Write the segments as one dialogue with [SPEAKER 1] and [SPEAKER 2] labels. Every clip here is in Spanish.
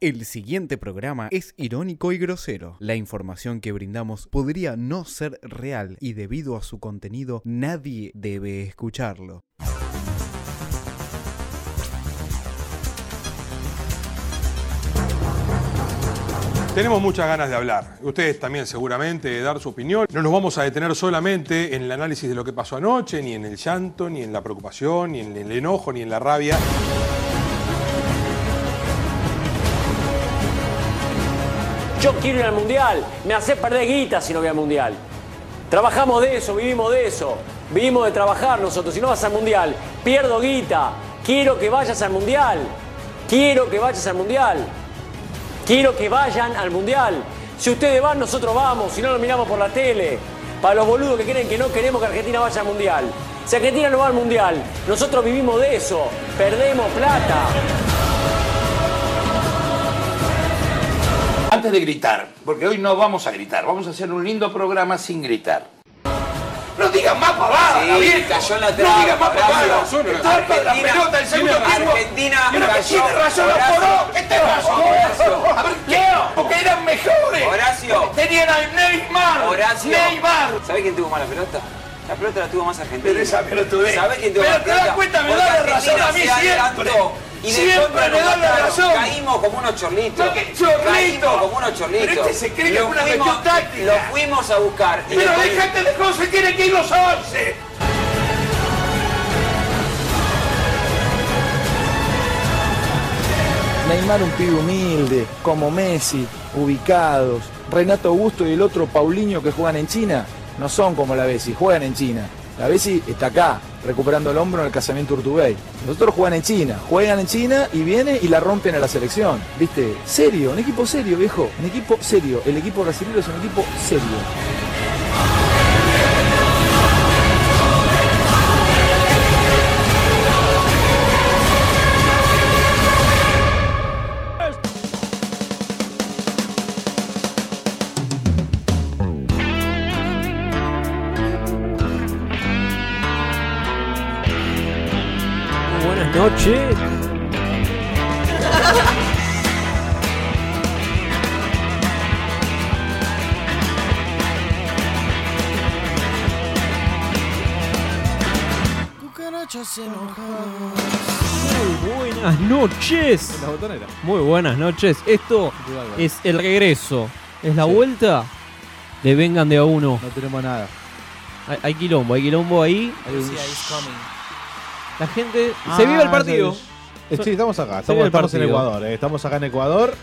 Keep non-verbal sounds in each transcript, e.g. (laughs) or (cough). [SPEAKER 1] El siguiente programa es irónico y grosero. La información que brindamos podría no ser real y debido a su contenido nadie debe escucharlo.
[SPEAKER 2] Tenemos muchas ganas de hablar, ustedes también seguramente, de dar su opinión. No nos vamos a detener solamente en el análisis de lo que pasó anoche, ni en el llanto, ni en la preocupación, ni en el enojo, ni en la rabia.
[SPEAKER 3] Yo quiero ir al mundial, me hace perder guita si no voy al mundial. Trabajamos de eso, vivimos de eso, vivimos de trabajar nosotros. Si no vas al mundial, pierdo guita. Quiero que vayas al mundial, quiero que vayas al mundial, quiero que vayan al mundial. Si ustedes van, nosotros vamos, si no lo miramos por la tele. Para los boludos que creen que no queremos que Argentina vaya al mundial. Si Argentina no va al mundial, nosotros vivimos de eso, perdemos plata.
[SPEAKER 4] Antes de gritar, porque hoy no vamos a gritar, vamos a hacer un lindo programa sin gritar. No digan más pavada,
[SPEAKER 5] Sí,
[SPEAKER 4] vieja.
[SPEAKER 5] cayó en la
[SPEAKER 4] No
[SPEAKER 5] trampa,
[SPEAKER 4] digan más
[SPEAKER 5] Horacio.
[SPEAKER 4] pavada.
[SPEAKER 2] Tiene
[SPEAKER 4] Está con la
[SPEAKER 5] Argentina-
[SPEAKER 4] pelota el segundo
[SPEAKER 5] tiene
[SPEAKER 4] tiempo.
[SPEAKER 5] Argentina
[SPEAKER 4] Creo que
[SPEAKER 5] cayó.
[SPEAKER 4] tiene razón
[SPEAKER 5] Horacio.
[SPEAKER 4] Aporó, que te
[SPEAKER 5] Horacio.
[SPEAKER 4] A ver, Leo, porque eran mejores.
[SPEAKER 5] Horacio.
[SPEAKER 4] Tenían al Neymar.
[SPEAKER 5] Horacio.
[SPEAKER 4] Neymar.
[SPEAKER 5] ¿Sabés quién tuvo mala pelota? La pelota la tuvo más Argentina.
[SPEAKER 4] Pero esa pelotudez.
[SPEAKER 5] ¿Sabés quién tuvo
[SPEAKER 4] Pero
[SPEAKER 5] mala
[SPEAKER 4] te das
[SPEAKER 5] pelota?
[SPEAKER 4] cuenta, me
[SPEAKER 5] Porque
[SPEAKER 4] da la razón a mí
[SPEAKER 5] Argentina se
[SPEAKER 4] siempre.
[SPEAKER 5] adelantó Y
[SPEAKER 4] Siempre
[SPEAKER 5] después
[SPEAKER 4] me da la
[SPEAKER 5] mataron.
[SPEAKER 4] razón.
[SPEAKER 5] Caímos como unos chorlitos.
[SPEAKER 4] No, qué chorlito.
[SPEAKER 5] Caímos como unos chorlitos.
[SPEAKER 4] Pero este se cree que
[SPEAKER 5] Lo
[SPEAKER 4] es una
[SPEAKER 5] fuimos-
[SPEAKER 4] cuestión táctica.
[SPEAKER 5] Lo fuimos a buscar. y
[SPEAKER 4] Pero
[SPEAKER 5] después-
[SPEAKER 4] déjate de cosas, tienen que ir los 11.
[SPEAKER 6] Neymar un pibe humilde, como Messi, ubicados. Renato Augusto y el otro Paulinho que juegan en China, no son como la Bessi, juegan en China. La Bessi está acá, recuperando el hombro en el casamiento Urtubey. Nosotros juegan en China, juegan en China y viene y la rompen a la selección. ¿Viste? Serio, un equipo serio, viejo. Un equipo serio. El equipo brasileño es un equipo serio.
[SPEAKER 3] Buenas noches.
[SPEAKER 7] Muy buenas noches. Muy buenas noches. Esto es el regreso. Es la vuelta de Vengan de a uno.
[SPEAKER 6] No tenemos nada.
[SPEAKER 7] Hay, hay quilombo, hay quilombo ahí. La gente se vive el partido.
[SPEAKER 8] Ah, Eh, Sí, estamos acá,
[SPEAKER 7] Se
[SPEAKER 8] estamos, estamos
[SPEAKER 7] vive el
[SPEAKER 8] en
[SPEAKER 7] partido.
[SPEAKER 8] Ecuador, eh, estamos acá en Ecuador.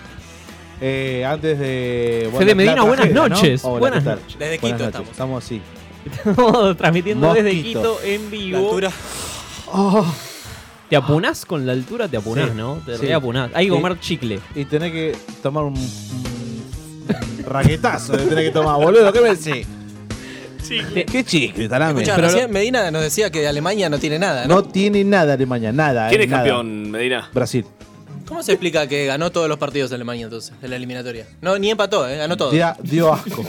[SPEAKER 8] Eh, antes de.
[SPEAKER 7] Fede Medina,
[SPEAKER 8] la
[SPEAKER 7] buenas noches.
[SPEAKER 8] Hola,
[SPEAKER 7] Buenas
[SPEAKER 8] ¿qué tal?
[SPEAKER 7] noches.
[SPEAKER 8] Buenas
[SPEAKER 9] Quito
[SPEAKER 8] noches,
[SPEAKER 9] estamos.
[SPEAKER 8] Estamos así.
[SPEAKER 7] (laughs) Estamos transmitiendo desde
[SPEAKER 8] Mosquitos.
[SPEAKER 7] Quito en
[SPEAKER 9] La
[SPEAKER 7] vivo.
[SPEAKER 9] altura.
[SPEAKER 7] Te apunás con la altura, te apunás, ¿no? Te
[SPEAKER 8] Sí.
[SPEAKER 7] reapunás. Hay que
[SPEAKER 8] Sí.
[SPEAKER 7] comer chicle.
[SPEAKER 8] Y tenés que tomar un. un raquetazo, le tenés que tomar, boludo. ¿Qué me decís?
[SPEAKER 7] Chicle.
[SPEAKER 8] ¿Qué chicle, tarame?
[SPEAKER 9] Escuchá,
[SPEAKER 8] Pero
[SPEAKER 9] recién Medina nos decía que Alemania no tiene nada, ¿no?
[SPEAKER 8] no tiene nada Alemania, nada.
[SPEAKER 10] ¿Quién
[SPEAKER 8] eh,
[SPEAKER 10] es
[SPEAKER 8] nada.
[SPEAKER 10] campeón, Medina?
[SPEAKER 8] Brasil.
[SPEAKER 9] ¿Cómo se explica que ganó todos los partidos de Alemania entonces, en la eliminatoria? No, ni empató, ¿eh? ganó todo.
[SPEAKER 8] Dia- dio asco.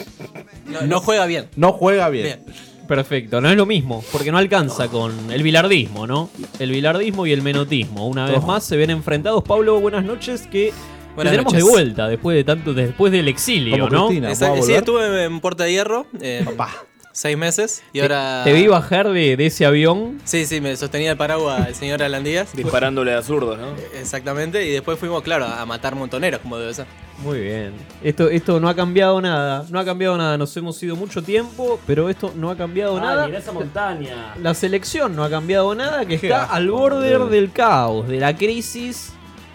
[SPEAKER 9] No, no juega bien.
[SPEAKER 8] No juega bien.
[SPEAKER 9] Bien.
[SPEAKER 7] Perfecto, no es lo mismo, porque no alcanza con el bilardismo, ¿no? El bilardismo y el menotismo. Una vez más se ven enfrentados. Pablo, buenas noches, que te
[SPEAKER 9] Buenas
[SPEAKER 7] tenemos
[SPEAKER 9] noches.
[SPEAKER 7] de vuelta después de tanto, después del exilio,
[SPEAKER 8] Como
[SPEAKER 7] ¿no?
[SPEAKER 8] Cristina,
[SPEAKER 9] Esa-
[SPEAKER 8] ¿puedo
[SPEAKER 9] sí,
[SPEAKER 8] volver?
[SPEAKER 9] estuve en Puerta de Hierro eh, seis meses y ahora...
[SPEAKER 7] Te vi bajar de, de ese avión.
[SPEAKER 9] Sí, sí, me sostenía el paraguas el señor Alan Díaz.
[SPEAKER 10] Disparándole a zurdos, ¿no?
[SPEAKER 9] Exactamente, y después fuimos, claro, a matar montoneros, como debe ser.
[SPEAKER 7] Muy bien. Esto, esto no ha cambiado nada. No ha cambiado nada. Nos hemos ido mucho tiempo, pero esto no ha cambiado nada.
[SPEAKER 3] esa montaña.
[SPEAKER 7] La selección no ha cambiado nada, que
[SPEAKER 8] Qué
[SPEAKER 7] está
[SPEAKER 8] asco,
[SPEAKER 7] al borde
[SPEAKER 8] boludo.
[SPEAKER 7] del caos, de la crisis.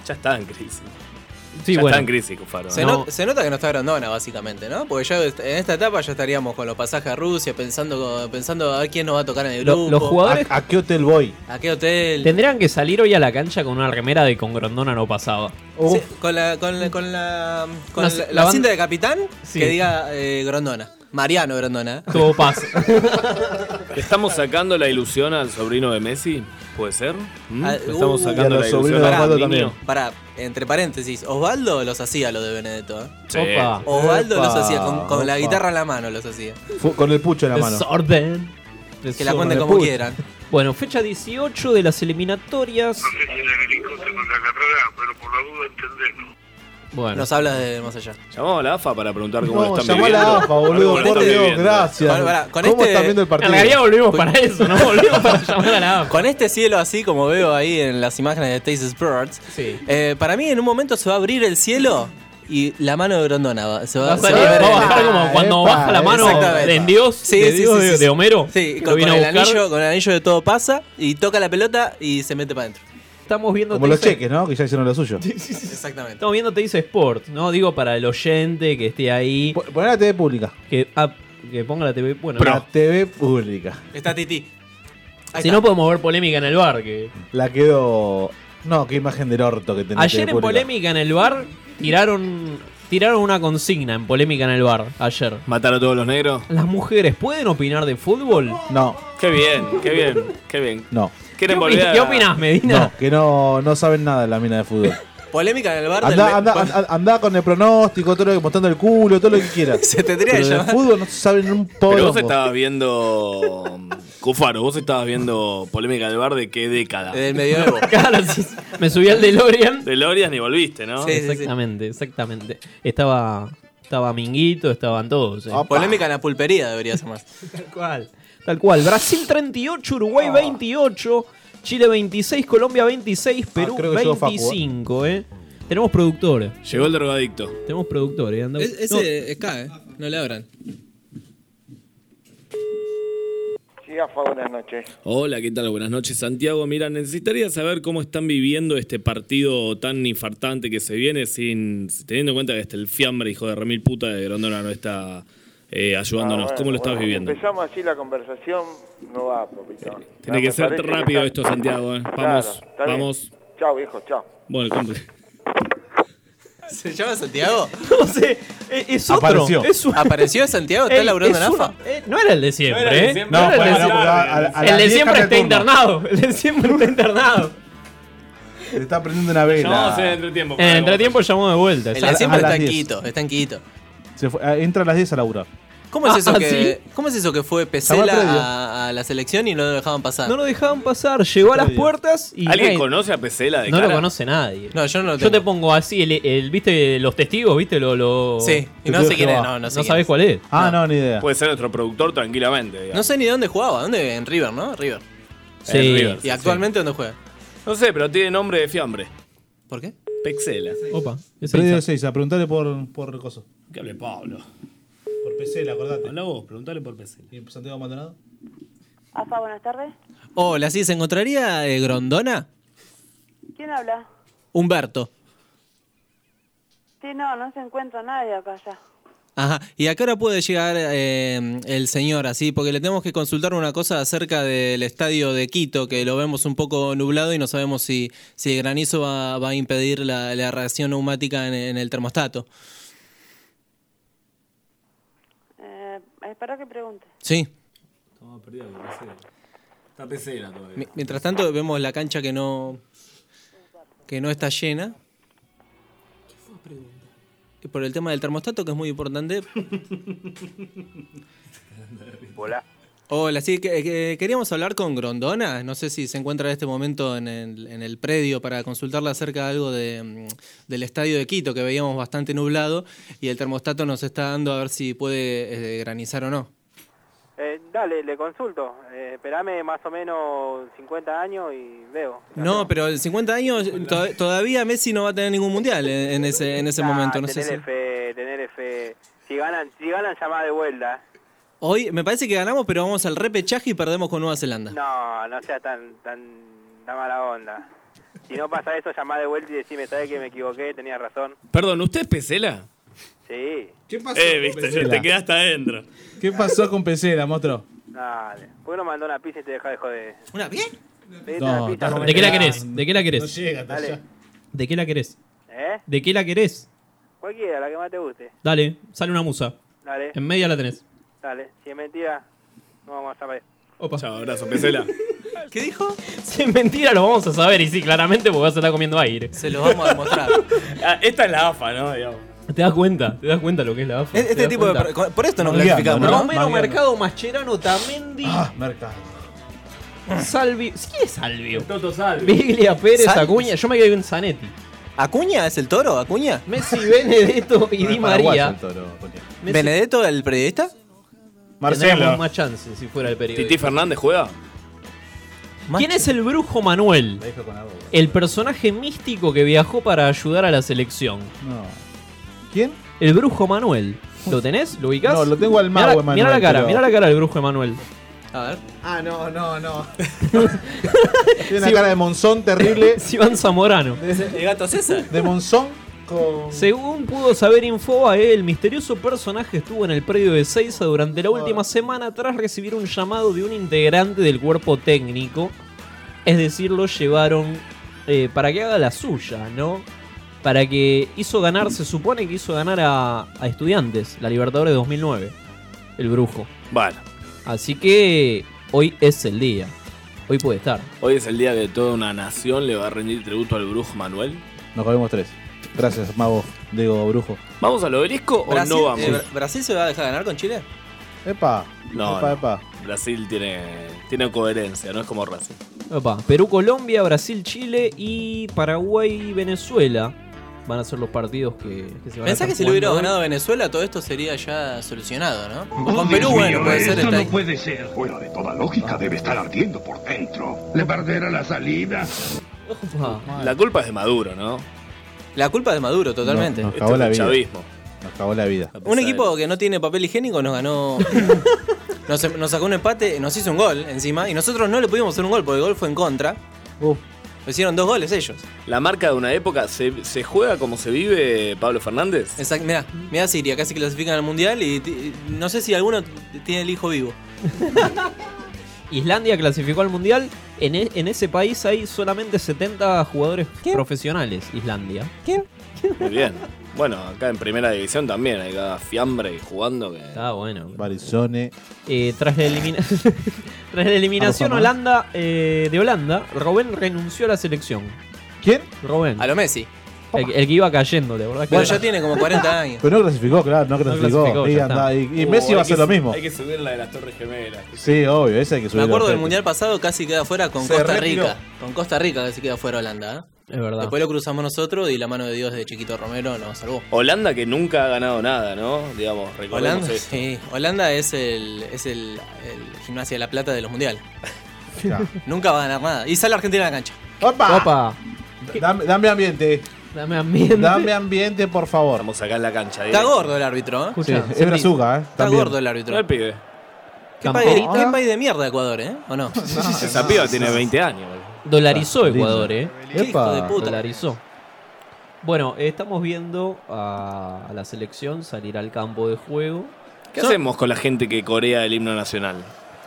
[SPEAKER 10] Ya está en crisis.
[SPEAKER 7] Sí,
[SPEAKER 10] ya
[SPEAKER 7] bueno.
[SPEAKER 10] está en crisis, Cufaro.
[SPEAKER 9] Se,
[SPEAKER 7] No.
[SPEAKER 9] not- se nota que no está grandona, básicamente, ¿no? Porque ya est- en esta etapa ya estaríamos con los pasajes a Rusia, pensando, pensando a ver quién nos va a tocar en el
[SPEAKER 7] Lo-
[SPEAKER 9] grupo.
[SPEAKER 7] los jugadores
[SPEAKER 8] ¿A, a qué hotel voy?
[SPEAKER 9] ¿A qué hotel?
[SPEAKER 7] Tendrían que salir hoy a la cancha con una remera de con Grondona no pasaba.
[SPEAKER 8] Uf,
[SPEAKER 9] Sí, con la, con la, con la, con
[SPEAKER 7] Una
[SPEAKER 9] la-
[SPEAKER 7] ci-
[SPEAKER 9] la
[SPEAKER 7] la banda-
[SPEAKER 9] cinta de capitán
[SPEAKER 7] Sí.
[SPEAKER 9] que diga eh, Grondona. Mariano Grondona. ¿eh?
[SPEAKER 7] Todo pasa.
[SPEAKER 10] ¿Le estamos sacando la ilusión al sobrino de Messi? ¿Puede ser? ¿Mm?
[SPEAKER 9] Ah,
[SPEAKER 10] ¿Le estamos
[SPEAKER 8] y
[SPEAKER 9] uh,
[SPEAKER 10] sacando
[SPEAKER 8] a los
[SPEAKER 10] la
[SPEAKER 8] sobrinos
[SPEAKER 10] ilusión
[SPEAKER 8] de
[SPEAKER 10] al
[SPEAKER 8] Osvaldo
[SPEAKER 10] niño?
[SPEAKER 8] también.
[SPEAKER 9] Para, entre paréntesis, Osvaldo los hacía los de Benedetto. ¿eh?
[SPEAKER 10] Sí.
[SPEAKER 7] Opa.
[SPEAKER 9] Osvaldo
[SPEAKER 8] Epa,
[SPEAKER 9] los hacía, con, con la
[SPEAKER 8] opa.
[SPEAKER 9] guitarra en la mano los hacía.
[SPEAKER 8] fu- con el pucho en la mano.
[SPEAKER 7] Desorden.
[SPEAKER 9] Que la
[SPEAKER 7] Desorden.
[SPEAKER 9] cuenten como quieran.
[SPEAKER 7] Bueno, fecha 18 de las eliminatorias.
[SPEAKER 11] No sé si la agricultura contra la carrera, pero por la duda entendemos.
[SPEAKER 5] Bueno.
[SPEAKER 9] Nos hablas de más allá.
[SPEAKER 5] Llamamos a la AFA para preguntar cómo
[SPEAKER 9] No,
[SPEAKER 5] lo están
[SPEAKER 9] llamá a la
[SPEAKER 5] viviendo.
[SPEAKER 9] AFA, boludo,
[SPEAKER 5] ¿Cómo lo
[SPEAKER 9] por
[SPEAKER 5] están
[SPEAKER 9] Dios,
[SPEAKER 5] viviendo?
[SPEAKER 9] gracias. Con- pará, con ¿Cómo este- están viendo el partido?
[SPEAKER 7] En realidad volvimos para eso, ¿no? Volvimos para llamar a la
[SPEAKER 9] Con este cielo así, como veo ahí en las imágenes de Taste Sports, eh, para mí en un momento se va a abrir el cielo y la mano de Grondona va, se va,
[SPEAKER 7] Va a
[SPEAKER 9] se
[SPEAKER 7] salir,
[SPEAKER 9] ver eh,
[SPEAKER 7] va a
[SPEAKER 9] en-
[SPEAKER 7] bajar como cuando baja la
[SPEAKER 8] eh,
[SPEAKER 7] mano
[SPEAKER 9] Exactamente.
[SPEAKER 7] de Dios, de Dios de- de Homero,
[SPEAKER 9] Sí,
[SPEAKER 7] que
[SPEAKER 9] con,
[SPEAKER 7] lo viene
[SPEAKER 9] con
[SPEAKER 7] a
[SPEAKER 9] el
[SPEAKER 7] buscar.
[SPEAKER 9] anillo, con el anillo de todo pasa y toca la pelota y se mete para adentro.
[SPEAKER 7] Estamos viendo
[SPEAKER 6] Como los
[SPEAKER 7] Taser-
[SPEAKER 6] cheques, ¿no? Que ya hicieron lo suyo.
[SPEAKER 9] Exactamente.
[SPEAKER 7] Estamos viendo Te dice Sport, ¿no? Digo para el oyente que esté ahí.
[SPEAKER 6] Poner la TV pública.
[SPEAKER 7] Que, ah, que ponga la TV. Bueno,
[SPEAKER 6] La TV pública.
[SPEAKER 9] Está Titi.
[SPEAKER 7] Si no podemos ver polémica en el bar. Que...
[SPEAKER 6] La quedó. No, qué imagen del orto que tenés.
[SPEAKER 7] Ayer
[SPEAKER 6] TV
[SPEAKER 7] en
[SPEAKER 6] pública.
[SPEAKER 7] polémica en el bar tiraron, tiraron una consigna en polémica en el bar ayer.
[SPEAKER 5] ¿Matar a todos los negros?
[SPEAKER 7] ¿Las mujeres pueden opinar de fútbol?
[SPEAKER 6] No.
[SPEAKER 5] Qué bien, qué bien, qué bien.
[SPEAKER 6] No.
[SPEAKER 5] ¿Quieren
[SPEAKER 7] ¿Qué opi-
[SPEAKER 5] volver a-
[SPEAKER 7] qué opinás, Medina?
[SPEAKER 6] No, que no, no saben nada de la mina de fútbol.
[SPEAKER 9] Polémica en el bar. del-
[SPEAKER 6] Andá, andá, andá- andá con el pronóstico, todo lo que, mostrando el culo, todo lo que quieras.
[SPEAKER 9] (laughs) Se tendría
[SPEAKER 6] Pero
[SPEAKER 9] que
[SPEAKER 6] de
[SPEAKER 9] llamar.
[SPEAKER 6] fútbol no saben un
[SPEAKER 5] Pero
[SPEAKER 6] polo.
[SPEAKER 5] vos estabas viendo. Cufaro, vos estabas viendo polémica del bar de qué década.
[SPEAKER 9] Del medioevo.
[SPEAKER 7] Claro, sí, me subí al DeLorean.
[SPEAKER 5] De Lorias ni volviste, ¿no?
[SPEAKER 7] exactamente, exactamente. Estaba, estaba Minguito, estaban todos. eh.
[SPEAKER 9] Polémica en la pulpería debería ser más.
[SPEAKER 7] Tal cual. Tal cual. Brasil 38, Uruguay 28, Chile 26, Colombia 26, Perú
[SPEAKER 6] creo que llegó Facu,
[SPEAKER 7] 25, ¿eh? Tenemos productores.
[SPEAKER 5] Llegó el drogadicto.
[SPEAKER 7] Tenemos productores. eh, anda-
[SPEAKER 9] Es-
[SPEAKER 7] No,
[SPEAKER 9] ese es K, ¿eh? No le abran.
[SPEAKER 11] Sí, AFA, buenas noches.
[SPEAKER 5] Hola, ¿qué tal? Buenas noches, Santiago. Mira, necesitaría saber cómo están viviendo este partido tan infartante que se viene, sin teniendo en cuenta que hasta el fiambre, hijo de remil puta de Grondona, no está eh, ayudándonos.
[SPEAKER 11] Ah, bueno,
[SPEAKER 5] ¿Cómo lo estás
[SPEAKER 11] bueno,
[SPEAKER 5] viviendo? Eh,
[SPEAKER 11] si Empezamos así la conversación, no va, papito.
[SPEAKER 5] Tiene que ser rápido esto, Santiago. ¿eh? Vamos, vamos.
[SPEAKER 11] Chao, viejo, chao.
[SPEAKER 5] Bueno, cumple.
[SPEAKER 9] ¿Se llama Santiago?
[SPEAKER 7] No sé, es, es otro.
[SPEAKER 6] Apareció.
[SPEAKER 7] Es un-
[SPEAKER 9] ¿Apareció Santiago? ¿Está
[SPEAKER 7] Ey,
[SPEAKER 9] laburando
[SPEAKER 7] es
[SPEAKER 9] en
[SPEAKER 7] uno-
[SPEAKER 9] AFA?
[SPEAKER 7] eh, no era el de siempre,
[SPEAKER 5] No era el de
[SPEAKER 7] ¿eh?
[SPEAKER 5] siempre.
[SPEAKER 7] No,
[SPEAKER 6] No,
[SPEAKER 7] era el
[SPEAKER 6] bueno,
[SPEAKER 7] de siempre.
[SPEAKER 6] porque a- a- a
[SPEAKER 7] El
[SPEAKER 6] las
[SPEAKER 7] de
[SPEAKER 6] 10
[SPEAKER 7] siempre
[SPEAKER 6] cambia
[SPEAKER 7] está
[SPEAKER 6] turno.
[SPEAKER 7] internado. El de siempre está internado.
[SPEAKER 6] Se le (laughs) está prendiendo una vela.
[SPEAKER 5] Llamamos en el entretiempo.
[SPEAKER 7] En el entretiempo llamó de vuelta.
[SPEAKER 9] El
[SPEAKER 6] A
[SPEAKER 9] de
[SPEAKER 6] la-
[SPEAKER 9] siempre
[SPEAKER 6] a las
[SPEAKER 9] está en
[SPEAKER 6] 10.
[SPEAKER 9] Quito, este. está en Quito.
[SPEAKER 6] Se fue- ah, entra a las 10 a laburar.
[SPEAKER 9] ¿Cómo es,
[SPEAKER 7] Ah,
[SPEAKER 9] eso
[SPEAKER 7] ¿sí?
[SPEAKER 9] que, ¿Cómo es eso que fue
[SPEAKER 6] Llamá
[SPEAKER 9] Pesela
[SPEAKER 6] previo.
[SPEAKER 9] a, a la selección y no lo dejaban pasar?
[SPEAKER 7] No lo dejaban pasar, llegó a las puertas y
[SPEAKER 5] ¿Alguien
[SPEAKER 7] nadie-
[SPEAKER 5] conoce a Pesela de
[SPEAKER 7] no
[SPEAKER 5] cara?
[SPEAKER 7] lo conoce nadie.
[SPEAKER 9] No, yo no lo
[SPEAKER 7] Yo
[SPEAKER 9] tengo.
[SPEAKER 7] te pongo así, el, el- ¿viste los testigos? ¿Viste lo, lo-
[SPEAKER 9] Sí, y
[SPEAKER 6] Te pido
[SPEAKER 9] no sé quién
[SPEAKER 6] que
[SPEAKER 9] es,
[SPEAKER 6] va.
[SPEAKER 9] no, no sé.
[SPEAKER 7] No
[SPEAKER 9] quién
[SPEAKER 7] sabés
[SPEAKER 9] es.
[SPEAKER 7] cuál es.
[SPEAKER 6] Ah, no, ni idea.
[SPEAKER 5] Puede ser nuestro productor tranquilamente. digamos.
[SPEAKER 9] No sé ni dónde jugaba, ¿dónde? En River, ¿no? River.
[SPEAKER 5] Sí.
[SPEAKER 7] Sí.
[SPEAKER 5] River.
[SPEAKER 9] ¿Y actualmente dónde juega?
[SPEAKER 5] No sé, pero tiene nombre de fiambre.
[SPEAKER 9] ¿Por qué?
[SPEAKER 5] Pexela.
[SPEAKER 7] Opa, ese
[SPEAKER 6] Predio
[SPEAKER 7] está.
[SPEAKER 6] 6, a preguntarle por, por coso.
[SPEAKER 5] Que hable Pablo.
[SPEAKER 6] Por PC, acordate.
[SPEAKER 5] Habla vos, preguntale por Pesela.
[SPEAKER 6] ¿Y Santiago Maldonado?
[SPEAKER 12] AFA, buenas tardes.
[SPEAKER 9] Hola, sí, ¿se Oh, encontraría eh, Grondona?
[SPEAKER 12] ¿Quién habla?
[SPEAKER 9] Humberto.
[SPEAKER 12] Sí, no, no se encuentra nadie acá ya.
[SPEAKER 9] Ajá. ¿Y a qué hora puede llegar eh, el señor así? Porque le tenemos que consultar una cosa acerca del estadio de Quito, que lo vemos un poco nublado y no sabemos si, si el granizo va, va a impedir la, la reacción neumática en, en el termostato.
[SPEAKER 12] Eh, espero que pregunte.
[SPEAKER 9] Sí.
[SPEAKER 5] Estamos perdidos con Pesela. Está Pesela todavía.
[SPEAKER 9] Mi- Mientras tanto vemos la cancha que no que no está llena. Y Por el tema del termostato, que es muy importante.
[SPEAKER 11] Hola.
[SPEAKER 9] Hola, sí, que- que- queríamos hablar con Grondona. No sé si se encuentra en este momento en el, en el predio para consultarle acerca de algo de, mm, del estadio de Quito, que veíamos bastante nublado y el termostato nos está dando a ver si puede eh, granizar o no.
[SPEAKER 13] Eh, dale, le consulto. Eh, esperame más o menos 50 años y veo.
[SPEAKER 9] No, pero en 50 años to- todavía Messi no va a tener ningún mundial en, en ese, en ese
[SPEAKER 13] Ah,
[SPEAKER 9] momento. No sé
[SPEAKER 13] tener
[SPEAKER 9] si...
[SPEAKER 13] fe, tener fe. Eh, Si ganan, si ganan llamada de vuelta.
[SPEAKER 9] Hoy me parece que ganamos, pero vamos al repechaje y perdemos con Nueva Zelanda.
[SPEAKER 13] No, no sea tan, tan, tan mala onda. Si no pasa eso, llamá de vuelta y decime, ¿sabes que me equivoqué? Tenías razón.
[SPEAKER 5] Perdón, ¿usted es Pesela?
[SPEAKER 13] Sí.
[SPEAKER 6] ¿Qué pasó?
[SPEAKER 5] Eh, viste, yo- te quedaste adentro.
[SPEAKER 6] ¿Qué pasó con Pesela, monstruo?
[SPEAKER 13] Dale. ¿Por qué no mandó una pizza y te dejá de joder?
[SPEAKER 9] ¿Una bien?
[SPEAKER 13] Pedite
[SPEAKER 6] No,
[SPEAKER 13] una pizza,
[SPEAKER 6] está-
[SPEAKER 7] ¿De
[SPEAKER 13] comete
[SPEAKER 7] qué la
[SPEAKER 13] una-
[SPEAKER 7] querés? ¿De qué la
[SPEAKER 6] No
[SPEAKER 7] querés?
[SPEAKER 6] llega hasta
[SPEAKER 13] Dale.
[SPEAKER 6] allá.
[SPEAKER 7] ¿De qué la querés?
[SPEAKER 13] ¿Eh?
[SPEAKER 7] ¿De qué la querés?
[SPEAKER 13] Cualquiera, la que más te guste.
[SPEAKER 7] Dale, sale una musa.
[SPEAKER 13] Dale,
[SPEAKER 7] En media la tenés.
[SPEAKER 13] dale. Si es mentira, no vamos a saber.
[SPEAKER 7] Opa.
[SPEAKER 5] Chao,
[SPEAKER 7] (laughs)
[SPEAKER 5] abrazo, Pesela.
[SPEAKER 9] ¿Qué dijo?
[SPEAKER 7] Si es mentira, lo vamos a saber. Y sí, claramente, porque vas a estar comiendo aire.
[SPEAKER 9] Se lo vamos a demostrar.
[SPEAKER 5] Ah, esta es la AFA, ¿no? Digamos.
[SPEAKER 7] ¿Te das cuenta? ¿Te das cuenta lo que es la AFA?
[SPEAKER 9] Este tipo de. per- Por esto nos
[SPEAKER 6] Mangueando,
[SPEAKER 9] clasificamos,
[SPEAKER 6] ¿no?
[SPEAKER 9] ¿no?
[SPEAKER 7] Romero
[SPEAKER 6] Mariano.
[SPEAKER 7] Mercado Mascherano Tamendi
[SPEAKER 6] Ah, mercado.
[SPEAKER 7] Salvio. ¿Quién es Salvio?
[SPEAKER 5] Toto Salvi.
[SPEAKER 7] Viglia Pérez
[SPEAKER 9] Sal-
[SPEAKER 7] Acuña. Yo me quedé en Zanetti.
[SPEAKER 9] ¿Acuña es el toro? ¿Acuña?
[SPEAKER 7] Messi, Benedetto y Di
[SPEAKER 6] Ah,
[SPEAKER 7] María. Messi-
[SPEAKER 9] ¿Benedetto el periodista?
[SPEAKER 7] Tendríamos más chances si fuera el periodista.
[SPEAKER 5] ¿Titi Fernández juega?
[SPEAKER 7] ¿Quién es el brujo Manuel? El personaje místico que viajó para ayudar a la selección.
[SPEAKER 6] No.
[SPEAKER 7] ¿Quién? El brujo Manuel. ¿Lo tenés? ¿Lo ubicás?
[SPEAKER 6] No, lo tengo al
[SPEAKER 7] Mirá
[SPEAKER 6] mago
[SPEAKER 7] la- Mirá
[SPEAKER 6] Emanuel,
[SPEAKER 7] la cara,
[SPEAKER 6] pero-
[SPEAKER 7] mirá la cara del brujo Emanuel.
[SPEAKER 9] A ver.
[SPEAKER 6] Ah, no, no, no. (laughs) Tiene una cara de
[SPEAKER 5] (laughs)
[SPEAKER 6] Monzón terrible.
[SPEAKER 7] Es (laughs) Iván Zamorano.
[SPEAKER 9] ¿El gato César?
[SPEAKER 6] De Monzón con.
[SPEAKER 7] Según pudo saber Infoba, el misterioso personaje estuvo en el predio de Seiza durante la última semana tras recibir un llamado de un integrante del cuerpo técnico. Es decir, lo llevaron eh, para que haga la suya, ¿no? Para que hizo ganar, se supone que hizo ganar a, a estudiantes, la Libertadores 2009, el brujo.
[SPEAKER 5] Vale.
[SPEAKER 7] Así que hoy es el día. Hoy puede estar.
[SPEAKER 5] Hoy es el día que toda una nación le va a rendir tributo al brujo Manuel.
[SPEAKER 6] Nos comemos tres. Gracias, mago, Diego Brujo.
[SPEAKER 5] ¿Vamos al obelisco o
[SPEAKER 9] Brasil,
[SPEAKER 5] no vamos?
[SPEAKER 9] eh, Bra- ¿Brasil se va a dejar ganar con Chile?
[SPEAKER 6] Epa.
[SPEAKER 5] No,
[SPEAKER 6] Epa,
[SPEAKER 5] no.
[SPEAKER 6] epa.
[SPEAKER 5] Brasil tiene, tiene coherencia, no es como Racing.
[SPEAKER 7] Opa, Perú, Colombia, Brasil, Chile y Paraguay y Venezuela van a ser los partidos que, que se van a
[SPEAKER 9] Pensá
[SPEAKER 7] estar
[SPEAKER 9] que si lo hubiera
[SPEAKER 7] jugando. ¿eh?
[SPEAKER 9] ganado Venezuela, todo esto sería ya solucionado, ¿no?
[SPEAKER 14] Oh,
[SPEAKER 9] Con Perú,
[SPEAKER 14] Dios
[SPEAKER 9] bueno,
[SPEAKER 14] mío,
[SPEAKER 9] puede ser.
[SPEAKER 14] esto
[SPEAKER 9] está
[SPEAKER 14] no
[SPEAKER 9] ahí.
[SPEAKER 14] puede ser. Fuera de toda lógica, debe estar ardiendo por dentro. Le perderá la salida.
[SPEAKER 5] La culpa es de Maduro, ¿no?
[SPEAKER 9] Ah, La culpa es de Maduro, totalmente.
[SPEAKER 6] Nos acabó la vida.
[SPEAKER 5] chavismo.
[SPEAKER 6] Nos acabó la vida.
[SPEAKER 9] Un equipo que no tiene papel higiénico
[SPEAKER 6] (laughs)
[SPEAKER 9] nos ganó. nos, nos sacó un empate, nos hizo un gol encima. Y nosotros no le pudimos hacer un gol porque el gol fue en contra.
[SPEAKER 6] Uh.
[SPEAKER 9] Lo Hicieron dos goles ellos.
[SPEAKER 5] La marca de una época se, se juega como se vive Pablo Fernández.
[SPEAKER 9] Exacto, mirá, mirá Siria, casi clasifican al mundial y ti- no sé si alguno t- tiene el hijo vivo.
[SPEAKER 7] Islandia clasificó al mundial. En, e- en ese país hay solamente 70 jugadores profesionales. Islandia.
[SPEAKER 9] ¿Quién?
[SPEAKER 5] Muy bien. Bueno, acá en primera división también hay cada fiambre jugando que.
[SPEAKER 7] Está bueno. Eh,
[SPEAKER 6] Barizone.
[SPEAKER 7] tras la eliminación. (laughs) Tras la eliminación
[SPEAKER 6] Arroja, ¿no?
[SPEAKER 7] Holanda, eh, de Holanda, Robén renunció a la selección.
[SPEAKER 6] ¿Quién?
[SPEAKER 7] Robén.
[SPEAKER 9] A lo Messi.
[SPEAKER 7] El, el que iba cayendo, ¿te acordás?
[SPEAKER 9] Bueno, ya tiene como
[SPEAKER 6] (laughs)
[SPEAKER 9] 40 años.
[SPEAKER 6] Pero no clasificó, claro, no clasificó.
[SPEAKER 7] clasificó,
[SPEAKER 6] y
[SPEAKER 7] ya
[SPEAKER 6] anda,
[SPEAKER 7] está.
[SPEAKER 6] y- y Messi va a hacer lo mismo.
[SPEAKER 5] Oh, Hay que subir la de las Torres Gemelas.
[SPEAKER 6] Sí, obvio, ese hay que
[SPEAKER 9] Me
[SPEAKER 6] subir.
[SPEAKER 9] acuerdo
[SPEAKER 6] los
[SPEAKER 9] del
[SPEAKER 6] ojete.
[SPEAKER 9] mundial pasado casi queda fuera con
[SPEAKER 6] Se
[SPEAKER 9] Costa
[SPEAKER 6] retiró.
[SPEAKER 9] Rica. Con Costa Rica casi queda fuera Holanda. ¿eh?
[SPEAKER 7] Es verdad.
[SPEAKER 9] Después lo cruzamos nosotros y la mano de Dios de Chiquito Romero nos salvó.
[SPEAKER 5] Holanda que nunca ha ganado nada, ¿no? Digamos, recordemos
[SPEAKER 9] Holanda,
[SPEAKER 5] eso.
[SPEAKER 9] sí. Holanda es el, es el, el gimnasia de la plata de los mundiales.
[SPEAKER 6] Ya.
[SPEAKER 9] Nunca va a ganar nada. Y sale Argentina a la cancha.
[SPEAKER 6] ¡Opa! Dame, dame ambiente.
[SPEAKER 7] Dame
[SPEAKER 9] ambiente.
[SPEAKER 6] Dame ambiente, por favor.
[SPEAKER 5] Vamos acá en la cancha.
[SPEAKER 9] Está gordo el árbitro, ¿eh?
[SPEAKER 6] Sí, es brazuca, ¿eh?
[SPEAKER 9] Está gordo el árbitro.
[SPEAKER 5] el pibe.
[SPEAKER 9] ¿Qué
[SPEAKER 7] Campo-
[SPEAKER 9] país,
[SPEAKER 7] ¿Ah?
[SPEAKER 9] qué país de mierda Ecuador, eh? ¿O no? Ah,
[SPEAKER 5] Esa piba tiene 20 años.
[SPEAKER 6] Ah,
[SPEAKER 7] Dolarizó
[SPEAKER 5] Lindo.
[SPEAKER 7] Ecuador, eh.
[SPEAKER 5] Qué hijo de puta.
[SPEAKER 7] Dolarizó. Bueno, eh, estamos viendo a, a la selección salir al campo de juego.
[SPEAKER 5] ¿Qué hacemos con la gente que corea el himno nacional?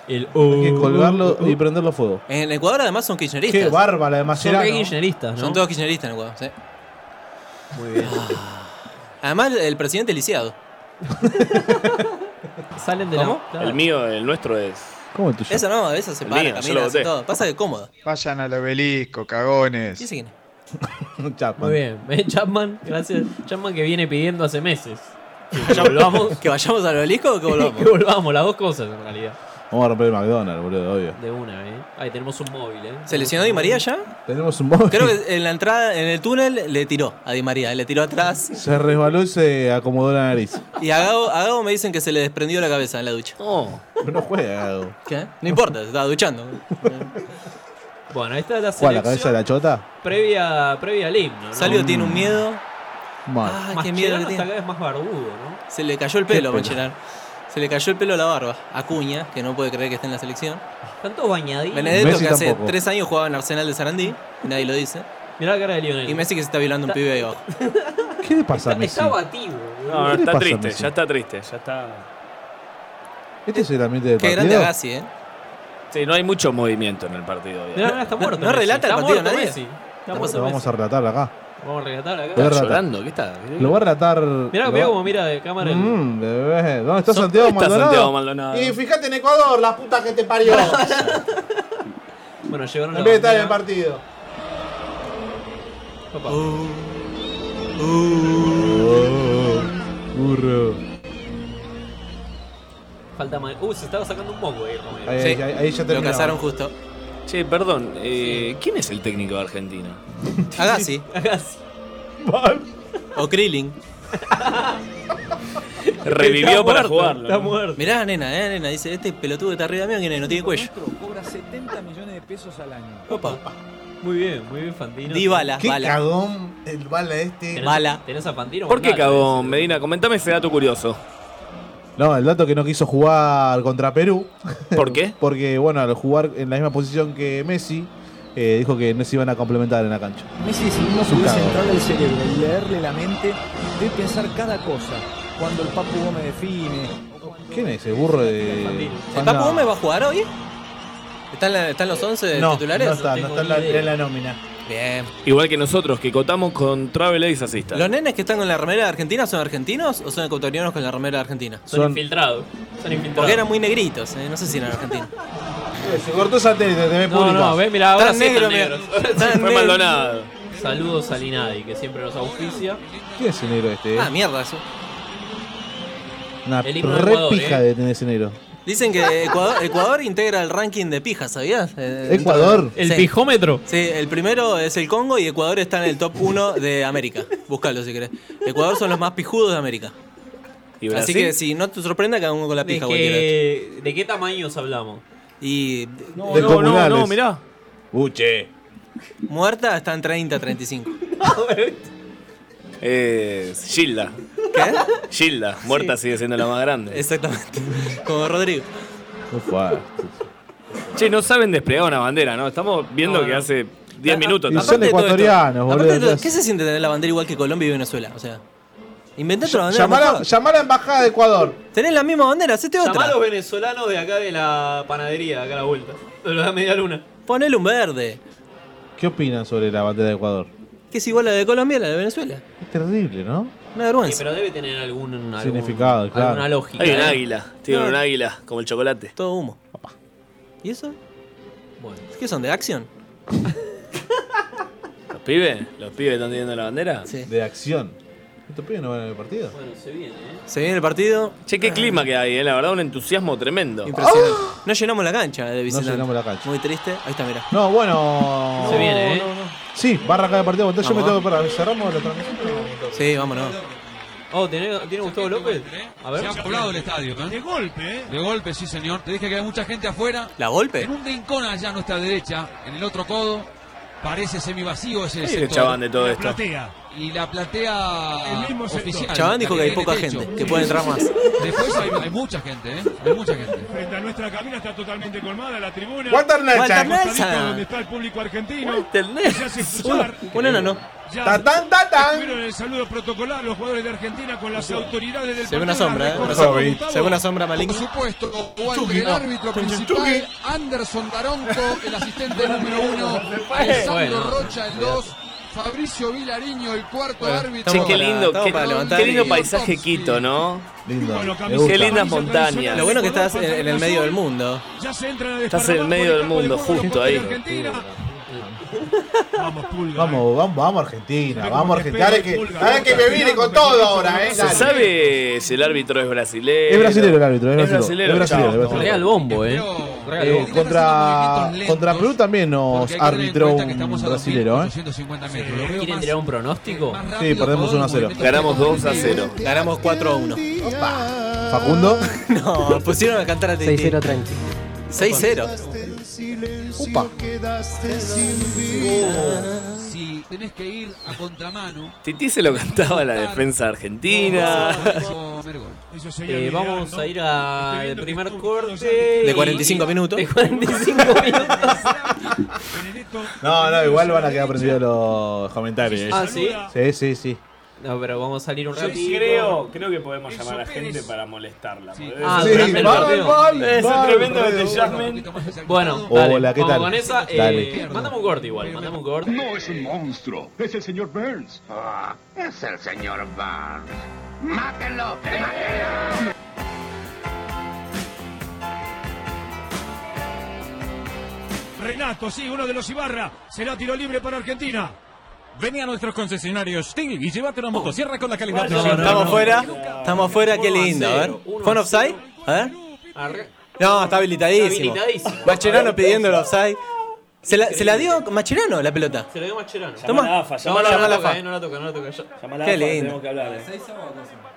[SPEAKER 7] El
[SPEAKER 6] Hay que colgarlo y prenderlo fuego.
[SPEAKER 9] En Ecuador además son kirchneristas.
[SPEAKER 6] Qué bárbara de Mascherano. Son re
[SPEAKER 7] kirchneristas, ¿no?
[SPEAKER 9] Son todos kirchneristas en Ecuador, sí.
[SPEAKER 6] Muy bien.
[SPEAKER 9] (sighs) Además el presidente es lisiado.
[SPEAKER 7] Salen
[SPEAKER 9] de la-
[SPEAKER 5] ¿Cómo?
[SPEAKER 9] claro.
[SPEAKER 5] El mío, el nuestro es.
[SPEAKER 6] ¿Cómo (laughs) el
[SPEAKER 9] Esa no, esa se
[SPEAKER 5] El
[SPEAKER 9] para,
[SPEAKER 5] mío, yo
[SPEAKER 9] camina,
[SPEAKER 5] lo
[SPEAKER 9] hace
[SPEAKER 5] voté.
[SPEAKER 9] todo. Pasa de cómodo.
[SPEAKER 15] Vayan al obelisco, cagones.
[SPEAKER 9] Dice quién es.
[SPEAKER 6] Chapman.
[SPEAKER 7] Muy bien. (laughs) Eh, Chapman, gracias. Chapman que viene pidiendo hace meses. Que volvamos.
[SPEAKER 9] (laughs) ¿Que vayamos al obelisco o que volvamos?
[SPEAKER 7] que volvamos, las dos cosas en realidad.
[SPEAKER 6] Vamos a romper el McDonald's, boludo, obvio.
[SPEAKER 7] De una, eh. Ahí tenemos un móvil, eh.
[SPEAKER 9] ¿Se lesionó Di María ya?
[SPEAKER 6] Tenemos un móvil.
[SPEAKER 9] Creo que en la entrada, en el túnel, le tiró a Di María, le tiró atrás.
[SPEAKER 6] Se resbaló y se acomodó la nariz.
[SPEAKER 9] Y a Gago, a Gago me dicen que se le desprendió la cabeza en la ducha.
[SPEAKER 6] Pero no juega, Gago.
[SPEAKER 9] ¿Qué? No importa, se estaba duchando.
[SPEAKER 7] Bueno, esta es la selección
[SPEAKER 6] ¿Cuál, la cabeza de la chota?
[SPEAKER 7] previa, previa al himno, ¿no?
[SPEAKER 9] Salio tiene un miedo.
[SPEAKER 6] Mal.
[SPEAKER 9] Ah, qué
[SPEAKER 7] Mascherano
[SPEAKER 9] miedo que
[SPEAKER 7] está
[SPEAKER 9] tiene.
[SPEAKER 7] cada vez más barbudo, ¿no?
[SPEAKER 9] Se le cayó el
[SPEAKER 7] Qué
[SPEAKER 9] pelo,
[SPEAKER 7] pena.
[SPEAKER 9] Mancherar. Se le cayó el pelo a la barba. Acuña, que no puede creer que esté en la selección.
[SPEAKER 7] Están todos bañaditos.
[SPEAKER 9] Benedetto,
[SPEAKER 7] Messi
[SPEAKER 9] que hace
[SPEAKER 7] tampoco.
[SPEAKER 9] tres años jugaba en Arsenal de Sarandí. y Nadie lo dice.
[SPEAKER 7] Mirá la cara de Lionel.
[SPEAKER 9] Y Messi que se está violando un pibe ahí abajo.
[SPEAKER 6] ¿Qué le pasa a Messi?
[SPEAKER 7] Está batido.
[SPEAKER 5] No, no,
[SPEAKER 6] ¿Qué le
[SPEAKER 5] está
[SPEAKER 6] pasa,
[SPEAKER 5] triste,
[SPEAKER 6] Messi?
[SPEAKER 5] ya está triste, ya está.
[SPEAKER 6] Este es el ambiente del
[SPEAKER 5] Qué
[SPEAKER 6] partido.
[SPEAKER 5] grande Agassi.
[SPEAKER 9] Así, ¿eh?
[SPEAKER 5] Sí, no hay mucho movimiento en el partido.
[SPEAKER 7] Mirá, mirá, está
[SPEAKER 9] No-
[SPEAKER 7] muerto.
[SPEAKER 9] no relata el
[SPEAKER 7] Messi.
[SPEAKER 9] partido
[SPEAKER 7] Está muerto
[SPEAKER 9] nadie.
[SPEAKER 7] Messi. Está
[SPEAKER 6] Lo
[SPEAKER 7] muerto
[SPEAKER 6] vamos
[SPEAKER 7] Messi.
[SPEAKER 6] a relatar acá.
[SPEAKER 7] Vamos a relatar acá.
[SPEAKER 6] Lo voy a relatar. Lo voy a relatar.
[SPEAKER 7] Mirá,
[SPEAKER 6] lo
[SPEAKER 7] mirá
[SPEAKER 6] voy-
[SPEAKER 7] cómo mira de cámara el-
[SPEAKER 6] Mm, bebé. ¿Dónde está
[SPEAKER 7] Son-
[SPEAKER 6] Santiago
[SPEAKER 7] ¿Dónde está
[SPEAKER 6] Maldonado?
[SPEAKER 7] Santiago Maldonado?
[SPEAKER 6] Y fíjate en Ecuador, la puta que te parió.
[SPEAKER 7] Bueno, llegaron
[SPEAKER 6] en
[SPEAKER 7] a
[SPEAKER 6] vez
[SPEAKER 7] la
[SPEAKER 6] de estar en el
[SPEAKER 7] bandera.
[SPEAKER 6] partido.
[SPEAKER 7] Opa.
[SPEAKER 6] Burro.
[SPEAKER 7] Falta más. Uh, se estaba sacando un poco ahí, Romero.
[SPEAKER 6] Ahí, ahí, ahí ya terminamos.
[SPEAKER 9] justo.
[SPEAKER 5] Che, perdón, eh, ¿quién es el técnico de Argentina?
[SPEAKER 9] Agassi.
[SPEAKER 7] Agassi.
[SPEAKER 9] O Krillin.
[SPEAKER 5] Revivió Está para muerto, jugarlo, está ¿no?
[SPEAKER 9] muerto. Mirá, nena, eh, nena. Dice, este pelotudo que está arriba mío, que no tiene cuello.
[SPEAKER 16] Cobra 70 millones de pesos al año.
[SPEAKER 7] Muy bien, muy bien, Fantino.
[SPEAKER 9] Di bala,
[SPEAKER 7] ¿Qué
[SPEAKER 9] bala.
[SPEAKER 7] cagón
[SPEAKER 1] el bala este.
[SPEAKER 7] ¿Tenés, ¿Tenés a Fantino?
[SPEAKER 5] ¿Por qué
[SPEAKER 7] Mandale.
[SPEAKER 5] cagón, Medina? Comentame ese dato curioso.
[SPEAKER 6] No, el dato que no quiso jugar contra Perú.
[SPEAKER 5] ¿Por qué?
[SPEAKER 6] (laughs) Porque, bueno, al jugar en la misma posición que Messi, eh, dijo que no se iban a complementar en la cancha.
[SPEAKER 16] Messi decidimos
[SPEAKER 6] Es un
[SPEAKER 16] pudiese
[SPEAKER 6] cago.
[SPEAKER 16] entrar al cerebro y leerle la mente de pensar cada cosa. Cuando el Papu Gómez define.
[SPEAKER 6] ¿Quién es ese burro de.?
[SPEAKER 7] Ah,
[SPEAKER 9] ¿El Papu Gómez va a jugar hoy? ¿Están, la- están los 11
[SPEAKER 6] No,
[SPEAKER 9] titulares?
[SPEAKER 6] no está, no está en la- en la nómina.
[SPEAKER 9] Bien.
[SPEAKER 5] Igual que nosotros, que cotamos con Travel Ace Assistant.
[SPEAKER 9] ¿Los nenes que están con la remera de Argentina son argentinos o son ecuatorianos con la remera de Argentina?
[SPEAKER 5] Son Son-
[SPEAKER 9] infiltrados. Son infiltrados. Porque eran muy negritos, eh, no sé si eran
[SPEAKER 5] (laughs)
[SPEAKER 9] argentinos.
[SPEAKER 6] Se cortó satélite, te ve
[SPEAKER 7] No, no, ve, mira, ahora
[SPEAKER 9] Tan
[SPEAKER 7] sí
[SPEAKER 9] negro,
[SPEAKER 7] están
[SPEAKER 9] mirá.
[SPEAKER 7] negros.
[SPEAKER 5] (laughs)
[SPEAKER 9] Tan
[SPEAKER 7] Sí,
[SPEAKER 9] negro.
[SPEAKER 7] Saludos a Linadi, que siempre nos auspicia.
[SPEAKER 6] ¿Quién es el negro este? eh?
[SPEAKER 9] Ah, mierda eso.
[SPEAKER 6] Una
[SPEAKER 9] el himno de Ecuador,
[SPEAKER 6] repija
[SPEAKER 9] eh.
[SPEAKER 6] de tener ese negro.
[SPEAKER 9] Dicen que Ecuador, Ecuador integra el ranking de pijas, ¿sabías? Eh,
[SPEAKER 6] ¿Ecuador?
[SPEAKER 9] dentro-
[SPEAKER 6] ¿El
[SPEAKER 7] pijómetro?
[SPEAKER 9] Sí, el primero es el Congo y Ecuador está en el top 1 de América. Búscalo si querés. Ecuador son los más pijudos de América.
[SPEAKER 5] ¿Y
[SPEAKER 9] Así
[SPEAKER 7] Brasil?
[SPEAKER 9] que si no te sorprenda, cada uno con la
[SPEAKER 7] ¿De
[SPEAKER 9] pija cualquiera.
[SPEAKER 7] qué, ¿De qué tamaños hablamos?
[SPEAKER 9] Y.
[SPEAKER 7] No,
[SPEAKER 9] de
[SPEAKER 7] no, no, no,
[SPEAKER 9] comunales.
[SPEAKER 7] mirá.
[SPEAKER 5] Uche.
[SPEAKER 9] Muerta están 30, 35.
[SPEAKER 5] Eh, Gilda. ¿Qué? Gilda, muerta sigue siendo la más grande.
[SPEAKER 9] Exactamente. (laughs) Como Rodrigo.
[SPEAKER 5] Che, no saben desplegar una bandera, ¿no? Estamos viendo que hace 10 minutos.
[SPEAKER 6] Y
[SPEAKER 5] también.
[SPEAKER 6] son ecuatorianos,
[SPEAKER 9] Aparte
[SPEAKER 6] ah, boludo.
[SPEAKER 9] de todo,
[SPEAKER 6] entonces-
[SPEAKER 9] ¿Qué se siente tener la bandera igual que Colombia y Venezuela? O sea, inventate una bandera.
[SPEAKER 6] Llamar a,
[SPEAKER 9] mejor.
[SPEAKER 6] llamar a la embajada de Ecuador.
[SPEAKER 9] Tenés la misma bandera, hacete otra.
[SPEAKER 7] Llamá a los venezolanos de acá de la panadería, de acá a la vuelta. De la media luna.
[SPEAKER 9] Ponele un verde.
[SPEAKER 6] ¿Qué opinan sobre la bandera de Ecuador?
[SPEAKER 9] Que es igual a la de Colombia y la de Venezuela.
[SPEAKER 6] Es terrible, ¿no?
[SPEAKER 9] Una vergüenza.
[SPEAKER 7] Sí, pero debe tener algún, algún-
[SPEAKER 6] Significado, claro.
[SPEAKER 7] alguna lógica.
[SPEAKER 5] Hay un
[SPEAKER 7] ¿eh?
[SPEAKER 5] águila, tiene
[SPEAKER 7] No.
[SPEAKER 5] un águila, como el chocolate.
[SPEAKER 9] Todo humo. ¿Y eso?
[SPEAKER 7] Bueno.
[SPEAKER 9] ¿Qué son? ¿De acción?
[SPEAKER 5] ¿Los pibes? ¿Los pibes están teniendo la bandera?
[SPEAKER 6] De acción. ¿Estos pibes no van a ver el partido?
[SPEAKER 7] Bueno, se viene, ¿eh?
[SPEAKER 9] Se viene el partido. Ah.
[SPEAKER 5] Che, qué clima que hay, eh, la verdad, un entusiasmo tremendo. Ah.
[SPEAKER 9] Impresionante. No llenamos la cancha de visitante.
[SPEAKER 6] llenamos
[SPEAKER 9] la cancha. Muy triste. Ahí está, mira.
[SPEAKER 6] No, bueno.
[SPEAKER 9] Se viene, ¿eh?
[SPEAKER 6] No, no, no. Sí, va a arrancar el partido. Entonces
[SPEAKER 9] Vamos.
[SPEAKER 6] yo me tengo que parar. ¿Cerramos la transmisión?
[SPEAKER 9] Sí, vámonos.
[SPEAKER 7] Oh, ¿tiene, tiene Gustavo López? A ver.
[SPEAKER 17] Se ha poblado el estadio. De golpe, ¿eh? De golpe, sí, señor. Te dije que hay mucha gente afuera.
[SPEAKER 9] ¿La golpe?
[SPEAKER 17] En un rincón allá a nuestra derecha, en el otro codo, parece semivacío ese
[SPEAKER 5] ¿Qué
[SPEAKER 17] sector.
[SPEAKER 5] echaban de todo
[SPEAKER 17] La
[SPEAKER 5] esto?
[SPEAKER 17] platea. Y la platea oficial.
[SPEAKER 9] Chabán dijo
[SPEAKER 17] la
[SPEAKER 9] que hay
[SPEAKER 17] tiene
[SPEAKER 9] poca
[SPEAKER 17] techo.
[SPEAKER 9] gente, que puede entrar más.
[SPEAKER 17] Después hay, hay mucha gente, ¿eh? Hay mucha gente.
[SPEAKER 18] Frente a nuestra cabina está totalmente colmada la tribuna.
[SPEAKER 17] Walter Nelson. Walter
[SPEAKER 18] Costadito
[SPEAKER 17] Nelson.
[SPEAKER 18] Donde está el público argentino.
[SPEAKER 9] Walter
[SPEAKER 18] Se hace
[SPEAKER 9] Un,
[SPEAKER 18] escuchar.
[SPEAKER 9] un enano.
[SPEAKER 18] Ya
[SPEAKER 9] Tatán, tatán.
[SPEAKER 18] tuvieron el saludo protocolar los jugadores de Argentina con las autoridades del
[SPEAKER 9] Se ve una
[SPEAKER 18] país.
[SPEAKER 9] sombra, ¿eh? Una
[SPEAKER 18] Gustavo,
[SPEAKER 9] sombra.
[SPEAKER 18] Gustavo.
[SPEAKER 9] Se ve una sombra maligna.
[SPEAKER 18] Por supuesto,
[SPEAKER 17] Ante el árbitro principal, Anderson Daronco, el asistente número uno,
[SPEAKER 9] Bueno.
[SPEAKER 17] Alessandro Rocha, el dos, Fabricio Vilariño, el cuarto árbitro.
[SPEAKER 5] Che, qué lindo,
[SPEAKER 9] estamos
[SPEAKER 5] qué,
[SPEAKER 9] para
[SPEAKER 5] qué
[SPEAKER 9] levantar
[SPEAKER 5] lindo
[SPEAKER 9] y-
[SPEAKER 5] paisaje Quito, ¿no?
[SPEAKER 6] Lindo.
[SPEAKER 5] me gusta. Qué lindas montañas.
[SPEAKER 9] Lo bueno que estás en, en el medio del mundo.
[SPEAKER 18] Ya se entra a
[SPEAKER 5] Estás en el medio del mundo, justo ahí.
[SPEAKER 6] Vamos, vamos, vamos Argentina, vamos Argentina. Dale que,
[SPEAKER 18] Pulga,
[SPEAKER 6] dale que me viene con todo ahora, eh.
[SPEAKER 5] ¿Se
[SPEAKER 6] Dale.
[SPEAKER 5] sabe si el árbitro es brasileño?
[SPEAKER 6] Es brasilero el árbitro, es
[SPEAKER 5] Es
[SPEAKER 6] brasilero. Es brasilero, es brasilero.
[SPEAKER 7] Real bombo, ¿eh?
[SPEAKER 6] Eh, contra, contra Perú también nos arbitró un brasilero, ¿eh?
[SPEAKER 7] ¿Quieren tirar un pronóstico?
[SPEAKER 6] Sí, perdemos 1 a 0.
[SPEAKER 5] Ganamos 2 a 0.
[SPEAKER 9] Ganamos 4 a 1.
[SPEAKER 6] Facundo.
[SPEAKER 9] No, pusieron a cantar a Tintín.
[SPEAKER 19] 6-0
[SPEAKER 9] tranqui. 6-0.
[SPEAKER 6] Upa.
[SPEAKER 17] Si tenés que ir a contramano,
[SPEAKER 5] Titi se lo cantaba a la defensa argentina.
[SPEAKER 7] Eh, vamos a ir al primer corte.
[SPEAKER 9] De
[SPEAKER 7] y-
[SPEAKER 9] 45 minutos.
[SPEAKER 7] De 45 (laughs) minutos.
[SPEAKER 6] No, no, igual van a quedar prendidos los comentarios. ¿eh?
[SPEAKER 7] Ah, ¿sí?
[SPEAKER 6] Sí, sí, sí.
[SPEAKER 7] No, pero vamos a salir un ratito.
[SPEAKER 5] creo, creo que podemos llamar a la gente para molestarla.
[SPEAKER 7] Ah, durante el partido.
[SPEAKER 5] Es un tremendo entusiasmo.
[SPEAKER 7] Bueno, dale,
[SPEAKER 6] Hola, ¿qué
[SPEAKER 7] vamos
[SPEAKER 6] tal?
[SPEAKER 7] con esa. eh,
[SPEAKER 6] Dale.
[SPEAKER 7] mandame un corte igual, mandame un corte.
[SPEAKER 14] No es un monstruo, es el señor Burns. Ah, es el señor Burns. ¡Mátenlo! ¡Mátenlo!
[SPEAKER 18] Renato, sí, uno de los Ibarra. Será tiro libre para Argentina. Vení a nuestros concesionarios Stig y llévate una motosierra con la calidad
[SPEAKER 9] No, no, no, estamos fuera. Estamos fuera, qué lindo. A ver. ¿Fue un offside? A ver.
[SPEAKER 7] Arre-
[SPEAKER 9] No, está habilitadísimo.
[SPEAKER 7] Está habilitadísimo.
[SPEAKER 9] Bacherano pidiendo el offside. Se la, se la dio Macherano la pelota.
[SPEAKER 7] Se la dio Mascherano.
[SPEAKER 9] Tomá.
[SPEAKER 3] Llamá a la AFA,
[SPEAKER 9] Llamá
[SPEAKER 3] llamá a la,
[SPEAKER 9] a la
[SPEAKER 3] AFA.
[SPEAKER 9] AFA.
[SPEAKER 3] eh, no la toca, no la toca. ya. Llamá a la
[SPEAKER 9] Qué
[SPEAKER 3] AFA,
[SPEAKER 9] lindo.
[SPEAKER 3] tenemos que hablar. eh.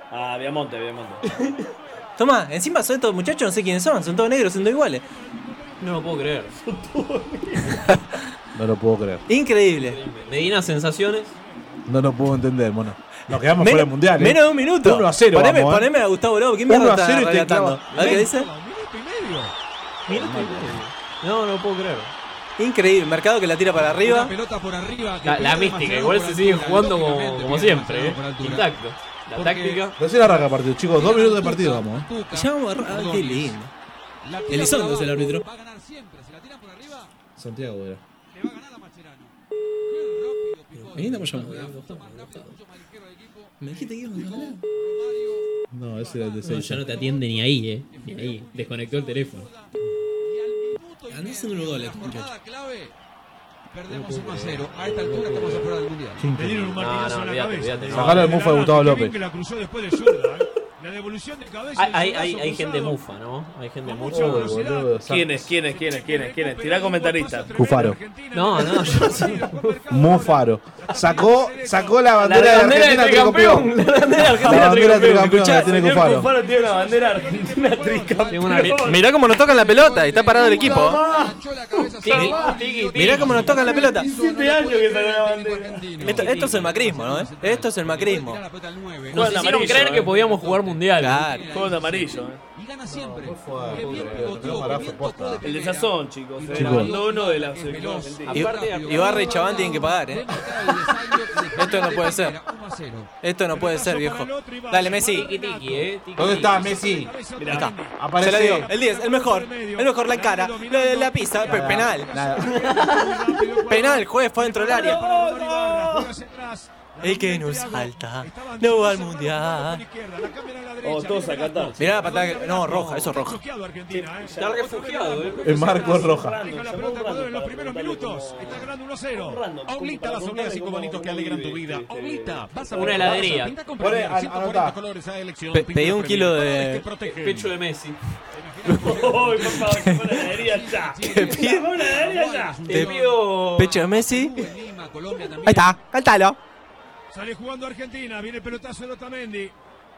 [SPEAKER 3] Ah, Viamonte, Viamonte.
[SPEAKER 9] Tomá, encima son estos muchachos, no sé quiénes son, son todos negros, son todos iguales.
[SPEAKER 7] No lo puedo creer.
[SPEAKER 6] No lo puedo creer.
[SPEAKER 9] Increíble.
[SPEAKER 7] Medina, sensaciones.
[SPEAKER 6] No lo puedo entender, mono. Nos quedamos
[SPEAKER 9] Menos-
[SPEAKER 6] fuera del mundial. ¿eh?
[SPEAKER 9] menos de un minuto.
[SPEAKER 6] 1 a 0.
[SPEAKER 9] Poneme-
[SPEAKER 6] vamos, ¿eh?
[SPEAKER 9] poneme a Gustavo Lobo, ¿quién me
[SPEAKER 6] 1 a
[SPEAKER 9] está
[SPEAKER 6] 0 y te
[SPEAKER 9] relatando?
[SPEAKER 6] clava-
[SPEAKER 9] A ver qué dice.
[SPEAKER 5] Minuto y medio.
[SPEAKER 7] No, no lo puedo creer.
[SPEAKER 9] Increíble, mercado que la tira para arriba.
[SPEAKER 5] Una pelota por arriba. que
[SPEAKER 7] La, la
[SPEAKER 5] pierde
[SPEAKER 7] mística,
[SPEAKER 5] demasiado
[SPEAKER 7] igual
[SPEAKER 5] por
[SPEAKER 7] se sigue
[SPEAKER 5] altura,
[SPEAKER 7] jugando como,
[SPEAKER 5] lógicamente,
[SPEAKER 7] como
[SPEAKER 5] pierde
[SPEAKER 7] siempre. eh.
[SPEAKER 5] demasiado por altura.
[SPEAKER 7] Intacto. La
[SPEAKER 5] Porque-
[SPEAKER 7] táctica.
[SPEAKER 6] Recién arranca el partido, chicos. Dos minutos de partido, vamos. ¿eh?
[SPEAKER 9] Ya vamos a ah, Qué lindo.
[SPEAKER 5] La tira
[SPEAKER 9] Elizondo es
[SPEAKER 5] para
[SPEAKER 9] el
[SPEAKER 5] abajo,
[SPEAKER 9] árbitro.
[SPEAKER 5] Va a ganar siempre. Se la tiran por arriba.
[SPEAKER 6] Santiago
[SPEAKER 5] Le
[SPEAKER 6] era.
[SPEAKER 5] va a ganar a Mascherano.
[SPEAKER 9] Medina me llamó. Me dijiste que íbamos a ganar.
[SPEAKER 6] No, ese era el de
[SPEAKER 3] No,
[SPEAKER 6] seis.
[SPEAKER 3] ya no te atiende ni ahí, eh. Ni ahí. Desconectó el teléfono.
[SPEAKER 9] Andá haciendo los goles,
[SPEAKER 5] Jugada clave. Perdemos 1 a 0. A esta altura estamos afuera del mundial.
[SPEAKER 6] Cinco.
[SPEAKER 20] Le dieron un martinazo
[SPEAKER 7] No, no,
[SPEAKER 20] en la
[SPEAKER 7] olvídate,
[SPEAKER 20] cabeza.
[SPEAKER 7] olvídate.
[SPEAKER 6] Sacalo del mufo de Gustavo López.
[SPEAKER 20] Que la cruzó después de zurda. ¿eh? La devolución de cabeza.
[SPEAKER 7] Hay,
[SPEAKER 20] el
[SPEAKER 7] hay, hay,
[SPEAKER 20] zurdazo
[SPEAKER 7] hay gente
[SPEAKER 20] cruzado.
[SPEAKER 7] mufa, ¿no? Hay gente mufa.
[SPEAKER 20] mucha velocidad.
[SPEAKER 21] ¿Quién es? ¿Quién es? ¿Quién es? ¿Quién es? ¿Quién es? Tirá comentarista.
[SPEAKER 6] Cufaro.
[SPEAKER 7] No, no, yo no sé.
[SPEAKER 6] Mufaro. Sacó, sacó la bandera de Argentina tricampeón. La bandera tricampeón la tiene Cufaro.
[SPEAKER 3] tiene una bandera argentina tricampeón.
[SPEAKER 9] Mirá cómo nos tocan la pelota y está parado el equipo.
[SPEAKER 3] Tiki,
[SPEAKER 9] ¿eh?
[SPEAKER 3] tiki, tiki.
[SPEAKER 9] Mirá cómo nos tocan la pelota.
[SPEAKER 3] Siete años que sacó la bandera.
[SPEAKER 9] Esto, esto es el macrismo, ¿no? eh? Esto es el macrismo. ¿eh?
[SPEAKER 3] Nos hicieron creer que podíamos jugar mundial.
[SPEAKER 9] Claro.
[SPEAKER 3] Juego de amarillo. eh.
[SPEAKER 5] Y gana siempre.
[SPEAKER 3] El desazón, chicos. El
[SPEAKER 6] Chicos.
[SPEAKER 3] abandono de la selección argentina.
[SPEAKER 9] Y, Ibarra y Chabán tienen que pagar, ¿eh? Esto no puede ser. Esto no puede ser, viejo. Dale, Messi.
[SPEAKER 7] Tiki, eh. Tiki,
[SPEAKER 6] ¿Dónde
[SPEAKER 7] tiki.
[SPEAKER 6] está Messi?
[SPEAKER 3] Mirá.
[SPEAKER 9] Acá. Se la
[SPEAKER 6] Aparece.
[SPEAKER 9] dio. El 10, el mejor. El mejor, la cara. La, la pizza, pe- penal.
[SPEAKER 6] Nada.
[SPEAKER 9] Penal, juez, fue dentro del área.
[SPEAKER 20] Ibarra, juega hacia atrás.
[SPEAKER 9] El que nos salta no va al mundial.
[SPEAKER 21] Oh, todos a Qatar.
[SPEAKER 9] Mirá la patada que. No, roja, eso es roja.
[SPEAKER 20] Bloqueado Argentina, ¿eh?
[SPEAKER 7] Está refugiado, eh.
[SPEAKER 6] El marco es roja.
[SPEAKER 20] Deja la pelota Ecuador en los primeros minutos. Está ganando 1-0.
[SPEAKER 5] Oblita las obleas y cubanitos que alegran tu vida. Oblita, vas a
[SPEAKER 7] Una
[SPEAKER 5] ver-
[SPEAKER 7] heladería.
[SPEAKER 5] pinta con premio,
[SPEAKER 6] Poné, an-
[SPEAKER 5] 140
[SPEAKER 6] anotá.
[SPEAKER 5] colores a elección,
[SPEAKER 9] Pe-
[SPEAKER 5] pinta
[SPEAKER 9] pedí un
[SPEAKER 5] premio,
[SPEAKER 9] kilo de-
[SPEAKER 5] colores que protegen.
[SPEAKER 7] Pecho de Messi. (laughs)
[SPEAKER 3] Uy, por favor, que fue la heladería ya.
[SPEAKER 9] pide-
[SPEAKER 3] Fue la heladería ya.
[SPEAKER 9] Te-
[SPEAKER 7] Te pido.
[SPEAKER 9] Pecho de Messi.
[SPEAKER 5] En Lima, Colombia
[SPEAKER 9] Ahí
[SPEAKER 5] también.
[SPEAKER 9] está, cáltalo.
[SPEAKER 20] Sale jugando Argentina. Viene el pelotazo de Otamendi.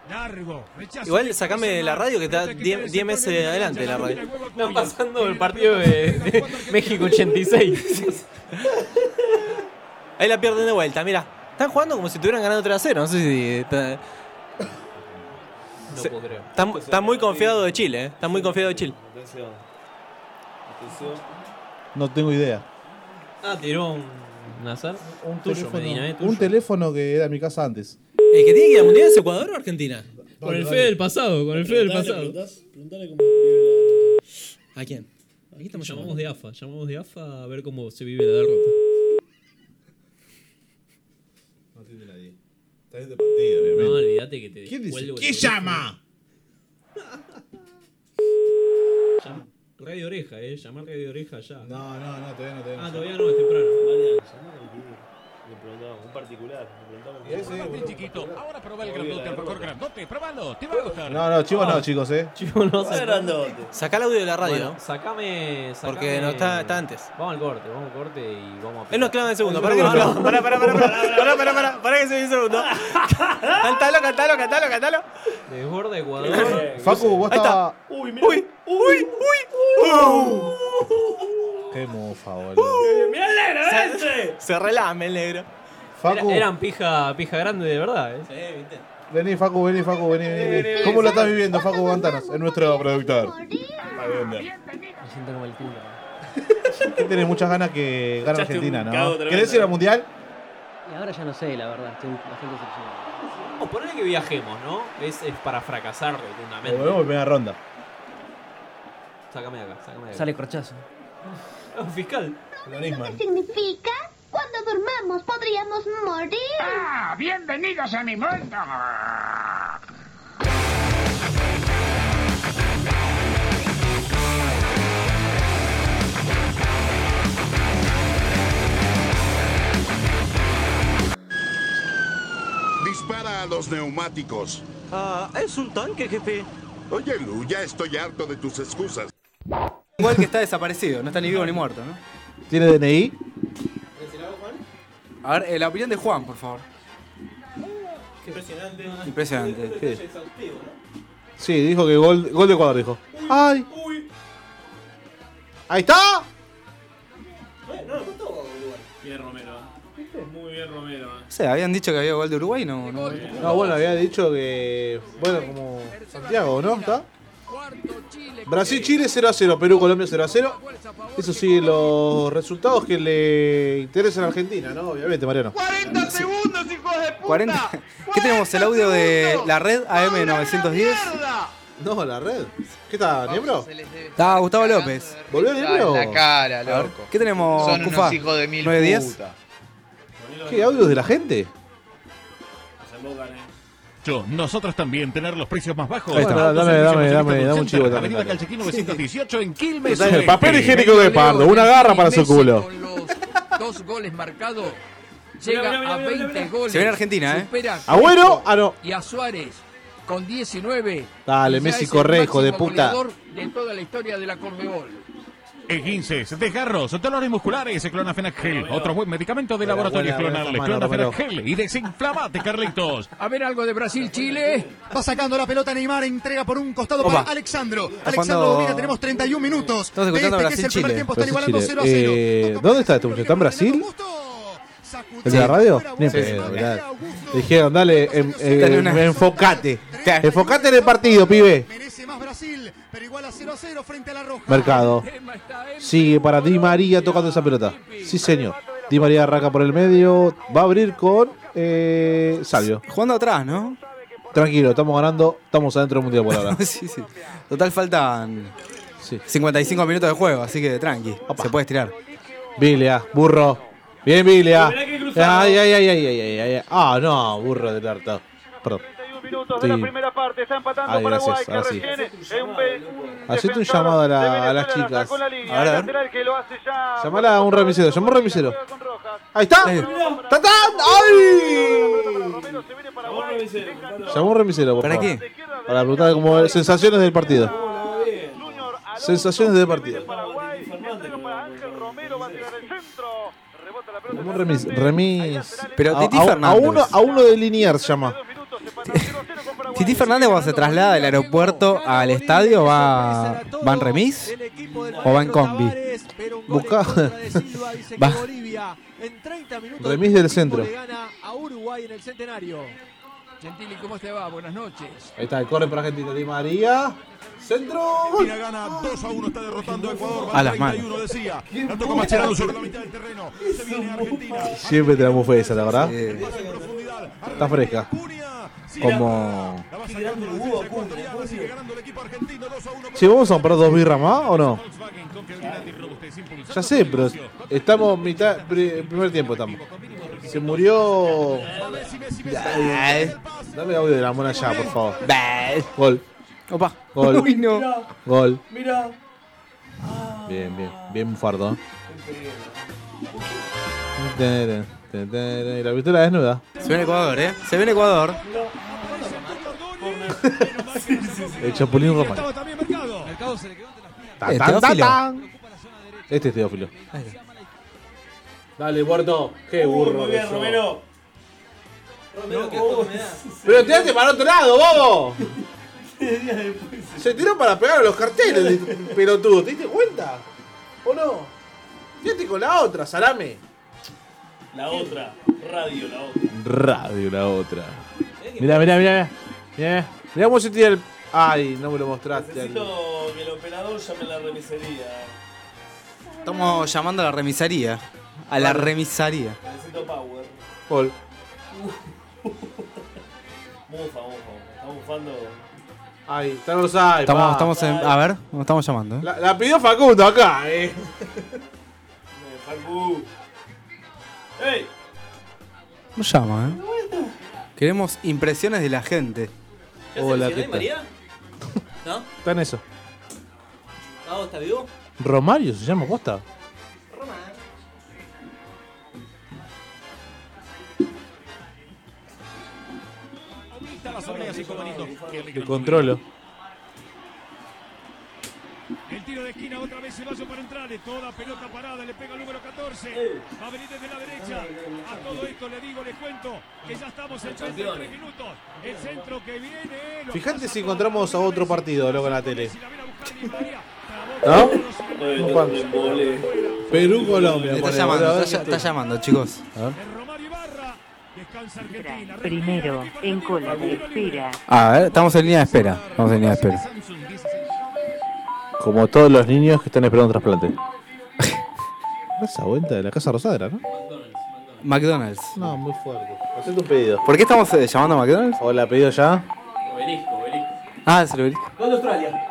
[SPEAKER 20] Largo. Rechazo.
[SPEAKER 9] Igual sacame de la radio que está 10 10 meses adelante la radio.
[SPEAKER 7] Están pasando el partido de, de México 86.
[SPEAKER 9] Ahí la pierden de vuelta, mirá. Están jugando como si estuvieran ganando 3 a 0. No sé si. está-
[SPEAKER 7] No puedo creer.
[SPEAKER 9] Están, están muy confiados de Chile, eh. Están muy confiados de Chile.
[SPEAKER 3] Atención. Atención.
[SPEAKER 6] No tengo idea.
[SPEAKER 7] (laughs) Ah, tiró un. Nazar. Un tuyo, Medina, eh.
[SPEAKER 6] un teléfono que era en mi casa antes.
[SPEAKER 9] ¿El que tiene que ir al mundial es Ecuador o Argentina?
[SPEAKER 3] Con el fe del pasado, con el fe del pasado.
[SPEAKER 9] ¿A quién? Aquí estamos
[SPEAKER 7] Llamamos de AFA, llamamos de AFA a ver cómo se vive la derrota.
[SPEAKER 6] No tiene nadie. Está este partido,
[SPEAKER 7] No, olvídate que te
[SPEAKER 6] ¿Quién dice?
[SPEAKER 7] cuelgo el
[SPEAKER 6] ¿Quién
[SPEAKER 7] teléfono.
[SPEAKER 6] llama?
[SPEAKER 7] Llama Radio Oreja, eh. Llamar Radio Oreja ya.
[SPEAKER 6] No, no, no, todavía no.
[SPEAKER 7] Ah, todavía no, es temprano.
[SPEAKER 3] Le preguntamos, un particular. Le preguntamos.
[SPEAKER 6] Y ese,
[SPEAKER 5] Muy chiquito. Ahora probá el grandote, el mejor grandote. Probalo, te va a gustar.
[SPEAKER 6] No, no, chicos,
[SPEAKER 7] Ah.
[SPEAKER 6] no, chicos, eh.
[SPEAKER 7] Chivo, no
[SPEAKER 3] Fue
[SPEAKER 7] sé.
[SPEAKER 3] grandote.
[SPEAKER 9] Sacá el audio de la radio.
[SPEAKER 7] Bueno, sacame, sacame.
[SPEAKER 9] Porque no está- está antes.
[SPEAKER 7] Vamos al corte, vamos al corte y vamos a.
[SPEAKER 9] Él nos clava en el segundo. Pará que nos clava. Pará, pará, pará, pará, pará, pará, pará, pará que se viene el segundo. Cantalo, cantalo, cantalo, cantalo.
[SPEAKER 7] Desborda
[SPEAKER 9] (laughs)
[SPEAKER 7] Ecuador.
[SPEAKER 6] Facu, vos
[SPEAKER 9] Ahí
[SPEAKER 6] estabas.
[SPEAKER 3] Uy, mirá.
[SPEAKER 9] Uy, uy, uy. Uh.
[SPEAKER 6] Qué mofa, boludo.
[SPEAKER 3] Mirá el negro, ese.
[SPEAKER 9] Se relame el negro.
[SPEAKER 7] Era-
[SPEAKER 6] Facu,
[SPEAKER 7] eran pija, pija grande de verdad, eh.
[SPEAKER 6] vení, Facu, vení, Facu, vení, vení. vení. ¿Cómo lo estás viviendo, Facu Guantanas? Es nuestro productor.
[SPEAKER 7] Me siento como el culo.
[SPEAKER 6] Tienes muchas ganas que gane
[SPEAKER 3] Echaste un
[SPEAKER 6] Argentina,
[SPEAKER 3] cago
[SPEAKER 6] ¿no?
[SPEAKER 3] tremendo.
[SPEAKER 6] ¿Querés
[SPEAKER 7] eh.
[SPEAKER 6] ir al mundial?
[SPEAKER 22] Y ahora ya no sé, la verdad, estoy bastante decepcionado.
[SPEAKER 7] Vamos, ponele que viajemos, ¿no? Es, es para fracasar
[SPEAKER 6] Nos volvemos en
[SPEAKER 7] rotundamente.
[SPEAKER 6] primera ronda.
[SPEAKER 7] Sácame de acá, sácame de acá.
[SPEAKER 22] Sale corchazo.
[SPEAKER 7] Ah, un fiscal.
[SPEAKER 6] Lo Nisman.
[SPEAKER 23] significa? Cuando durmamos podríamos morir.
[SPEAKER 24] ¡Ah! ¡Bienvenidos a mi mundo!
[SPEAKER 4] Dispara a los neumáticos.
[SPEAKER 9] Ah, es un tanque, jefe.
[SPEAKER 4] Oye, Lu, ya estoy harto de tus excusas.
[SPEAKER 9] Igual que está desaparecido, no está ni vivo ni muerto, ¿no?
[SPEAKER 6] ¿Tiene DNI?
[SPEAKER 1] A ver, eh, la opinión de Juan, por favor.
[SPEAKER 19] Impresionante.
[SPEAKER 1] Impresionante.
[SPEAKER 6] Sí. Sí, dijo que gol, gol de Ecuador, dijo. ¡Ay! ¡Ahí está!
[SPEAKER 19] No, no, todo Bien Romero. ¿eh? Muy bien Romero. ¿eh?
[SPEAKER 1] O sea, habían dicho que había gol de Uruguay, no. no.
[SPEAKER 6] No, bueno, había dicho que. Bueno, como Santiago, ¿no? ¿Está? Brasil-Chile 0 a 0, Perú-Colombia 0 a 0. Eso sí, los resultados que le interesan a Argentina, ¿no? Obviamente, Mariano.
[SPEAKER 14] 40 segundos, hijos de puta.
[SPEAKER 1] 40. (laughs) ¿Qué tenemos? ¿El audio de la red AM910?
[SPEAKER 6] No, la red. ¿Qué está, Niembro?
[SPEAKER 1] Está Gustavo López.
[SPEAKER 6] ¿Volvió Niembro?
[SPEAKER 25] La cara,
[SPEAKER 1] A ver,
[SPEAKER 25] loco.
[SPEAKER 1] ¿Qué tenemos,
[SPEAKER 25] Son
[SPEAKER 1] Cufa?
[SPEAKER 25] unos hijos de mil
[SPEAKER 1] 9-10.
[SPEAKER 25] puta.
[SPEAKER 6] ¿Qué audios de la gente?
[SPEAKER 18] Yo, nosotros también tener los precios más bajos.
[SPEAKER 6] Ahí está.
[SPEAKER 18] Bueno,
[SPEAKER 6] Dame,
[SPEAKER 18] servicios
[SPEAKER 6] dame,
[SPEAKER 18] Mercedes Concepción,
[SPEAKER 6] dame, dame un chivo también,
[SPEAKER 18] Avenida
[SPEAKER 6] dale.
[SPEAKER 18] Calchaquí 918 en Quilmes.
[SPEAKER 6] El
[SPEAKER 18] Oeste.
[SPEAKER 6] papel higiénico de Pardo, una garra para su culo.
[SPEAKER 2] Dos goles marcados. Llega a 20 goles.
[SPEAKER 1] Se viene Argentina, ¿eh?
[SPEAKER 2] supera a
[SPEAKER 6] Agüero,
[SPEAKER 2] Crespo
[SPEAKER 6] ah, no.
[SPEAKER 2] Y a Suárez con 19.
[SPEAKER 6] Dale,
[SPEAKER 2] Y ya
[SPEAKER 6] Messi
[SPEAKER 2] es el
[SPEAKER 6] corre, hijo de
[SPEAKER 2] máximo
[SPEAKER 6] puta.
[SPEAKER 2] goleador De toda la historia de la Conmebol.
[SPEAKER 18] E15, desgarros, dolores musculares, clonafenac gel. Otro buen medicamento de
[SPEAKER 6] Buena,
[SPEAKER 18] laboratorio
[SPEAKER 6] buena, buena
[SPEAKER 18] clonarles,
[SPEAKER 6] mano,
[SPEAKER 18] clonafenac gel. Y desinflamate, Carlitos.
[SPEAKER 2] A ver algo de Brasil-Chile.
[SPEAKER 26] Va sacando la pelota Neymar, entrega por un costado
[SPEAKER 18] Opa.
[SPEAKER 26] para Alexandro.
[SPEAKER 6] jugando-
[SPEAKER 26] Alexandro domina, tenemos 31 minutos.
[SPEAKER 6] Estás
[SPEAKER 26] de este
[SPEAKER 6] escuchando
[SPEAKER 26] que es el primer tiempo, están igualando 0 a 0.
[SPEAKER 6] Eh, ¿Dónde está este muchacho? ¿Está en Brasil? ¿El de la radio? Ni en pedo, mirá. Le Dijeron, dale, em- eh,
[SPEAKER 26] Dale una-
[SPEAKER 6] enfocate. Enfocate en el partido, pibe.
[SPEAKER 26] Merece más Brasil, pero igual a 0 a 0 frente a la Roja.
[SPEAKER 6] Mercado. Sigue para Di María tocando esa pelota. Sí, señor. Di María arranca por el medio. Va a abrir con eh, Salvio.
[SPEAKER 1] Jugando atrás, ¿no?
[SPEAKER 6] Tranquilo, estamos ganando. Estamos adentro del mundial por
[SPEAKER 1] (laughs)
[SPEAKER 6] ahora.
[SPEAKER 1] sí, sí. Total, faltan 55 minutos de juego, así que tranqui. Se puede estirar.
[SPEAKER 6] Biblia, ah, burro. Bien, Biblia. Ay, ay, ay, ay, ay, ay, ay. Ah, no, burro del harta. Perdón.
[SPEAKER 27] minutos de
[SPEAKER 6] Estoy-
[SPEAKER 27] la primera parte. Está empatando
[SPEAKER 6] Ay,
[SPEAKER 27] Paraguay,
[SPEAKER 6] gracias, ahora
[SPEAKER 27] que
[SPEAKER 6] sí.
[SPEAKER 27] retiene eh, un, pe- un
[SPEAKER 6] Hacete un
[SPEAKER 27] defensor
[SPEAKER 6] llamado a, la-
[SPEAKER 27] de
[SPEAKER 6] a
[SPEAKER 27] Venezuela,
[SPEAKER 6] las chicas.
[SPEAKER 27] sacó la línea,
[SPEAKER 6] A
[SPEAKER 27] el
[SPEAKER 6] ver.
[SPEAKER 27] lateral que lo hace ya.
[SPEAKER 6] Llamala a un remisero, llamó a un remisero. Ahí está. ¡Tatán! ¡Ay! Llamó a un remisero, por
[SPEAKER 1] ¿Para
[SPEAKER 6] favor. Para preguntar como sensaciones del partido. Sensaciones del partido. Llamó un remis. remis.
[SPEAKER 1] Pero
[SPEAKER 6] A-
[SPEAKER 1] Titi
[SPEAKER 6] a, a
[SPEAKER 1] Fernández.
[SPEAKER 6] uno, a uno de Liniers llama.
[SPEAKER 1] Titi Fernández cuando se traslada del aeropuerto al estadio va, va en remis o va en combi.
[SPEAKER 6] Busca. (laughs)
[SPEAKER 1] Va.
[SPEAKER 6] Remis del centro.
[SPEAKER 2] Gentili, ¿cómo te va? Buenas noches.
[SPEAKER 6] Ahí está, corre para Argentina. Di María. Centro.
[SPEAKER 26] Argentina gana 2 a 1, está derrotando a Ecuador.
[SPEAKER 6] A las manos.
[SPEAKER 26] 31 decía. La tocó Mascherano sobre la mitad del terreno. Se viene Argentina.
[SPEAKER 6] Siempre te la mufé esa, la verdad. Está fresca. Como.
[SPEAKER 26] La va sacando la defensa ecuatoriana. Sigue ganando el equipo argentino 2 a 1.
[SPEAKER 6] Che, ¿vamos a comprar dos birras más o no? Ya sé, pero estamos mitad. pri- primer tiempo estamos. Se murió. eh. Dame audio de la mona ya, por favor. Gol.
[SPEAKER 1] Opa.
[SPEAKER 6] Gol.
[SPEAKER 1] (laughs) Uy, no.
[SPEAKER 6] Gol.
[SPEAKER 19] Mira.
[SPEAKER 6] Bien, bien. Bien, Fardo. ¿eh? Y la pistola desnuda.
[SPEAKER 1] Se viene Ecuador, ¿eh? Se viene Ecuador.
[SPEAKER 6] (laughs) El Chapulín Román. Tan,
[SPEAKER 1] Eh,
[SPEAKER 6] tan, tan,
[SPEAKER 1] Teófilo.
[SPEAKER 6] tan. Este es Teófilo. Dale, Puerto. Qué burro.
[SPEAKER 19] Muy bien,
[SPEAKER 6] que sos.
[SPEAKER 19] Romero. Romero, qué foto me das.
[SPEAKER 6] Pero tirate para otro
[SPEAKER 19] (laughs)
[SPEAKER 6] lado, bobo. Se tiró para pegar a los carteles, pelotudo. ¿Te diste cuenta? ¿O no? Tirate con la otra, salame.
[SPEAKER 19] La otra. Radio, la otra.
[SPEAKER 6] Radio la otra. Mirá, mirá, mirá. Mirá, mirá. Mirá cómo se tira el. Ay, no me lo mostraste. al-
[SPEAKER 19] Necesito que el operador llame a la remisería.
[SPEAKER 1] Estamos llamando a la remisaría. A la remisaría.
[SPEAKER 19] Necesito power.
[SPEAKER 6] Gol.
[SPEAKER 19] Mufa, mufa. mufa. Estamos bufando.
[SPEAKER 6] Ay, está en offside,
[SPEAKER 1] Estamos,
[SPEAKER 6] pa.
[SPEAKER 1] estamos en- a ver, nos estamos llamando. ¿eh?
[SPEAKER 6] La, la pidió Facundo acá, eh.
[SPEAKER 19] Eh, Facu. ¡Ey!
[SPEAKER 1] Nos llama, ¿eh? Queremos impresiones de la gente.
[SPEAKER 6] Hola,
[SPEAKER 19] ¿Ciudad de María? ¿No?
[SPEAKER 6] Está en eso.
[SPEAKER 19] ¿Cabo está vivo?
[SPEAKER 6] Romario se llama Costa.
[SPEAKER 18] Estaba sobre así como bonito.
[SPEAKER 6] Te controlo.
[SPEAKER 18] El tiro de esquina otra vez Ceballos para entrar. Toda pelota parada. Le pega el número 14. Va a venir desde la derecha. A todo esto le digo, les cuento que ya estamos en 33 minutos. El centro que viene. eh, lo
[SPEAKER 6] Fijate si encontramos a otro partido, loco, en la tele.
[SPEAKER 1] ¿No?
[SPEAKER 6] ¿No? ¿Cuándo? Perú, Colombia.
[SPEAKER 1] Está
[SPEAKER 6] ponemos, a
[SPEAKER 1] llamando,
[SPEAKER 6] ver
[SPEAKER 1] está,
[SPEAKER 6] qué
[SPEAKER 1] está
[SPEAKER 6] te-
[SPEAKER 1] llamando, chicos. A ver.
[SPEAKER 25] Primero, en cola de espera.
[SPEAKER 1] A ver, estamos en línea de espera. Estamos en línea de espera.
[SPEAKER 6] Como todos los niños que están esperando un trasplante. (laughs) Esa vuelta de la Casa Rosada, era, ¿no?
[SPEAKER 1] McDonald's.
[SPEAKER 6] No, muy fuerte. Hacé tu pedido.
[SPEAKER 1] ¿Por qué estamos eh, llamando a McDonald's?
[SPEAKER 6] Hola, pedido ya.
[SPEAKER 19] Obelisco, obelisco.
[SPEAKER 1] Ah, se lo vi.
[SPEAKER 19] ¿Cuándo Australia?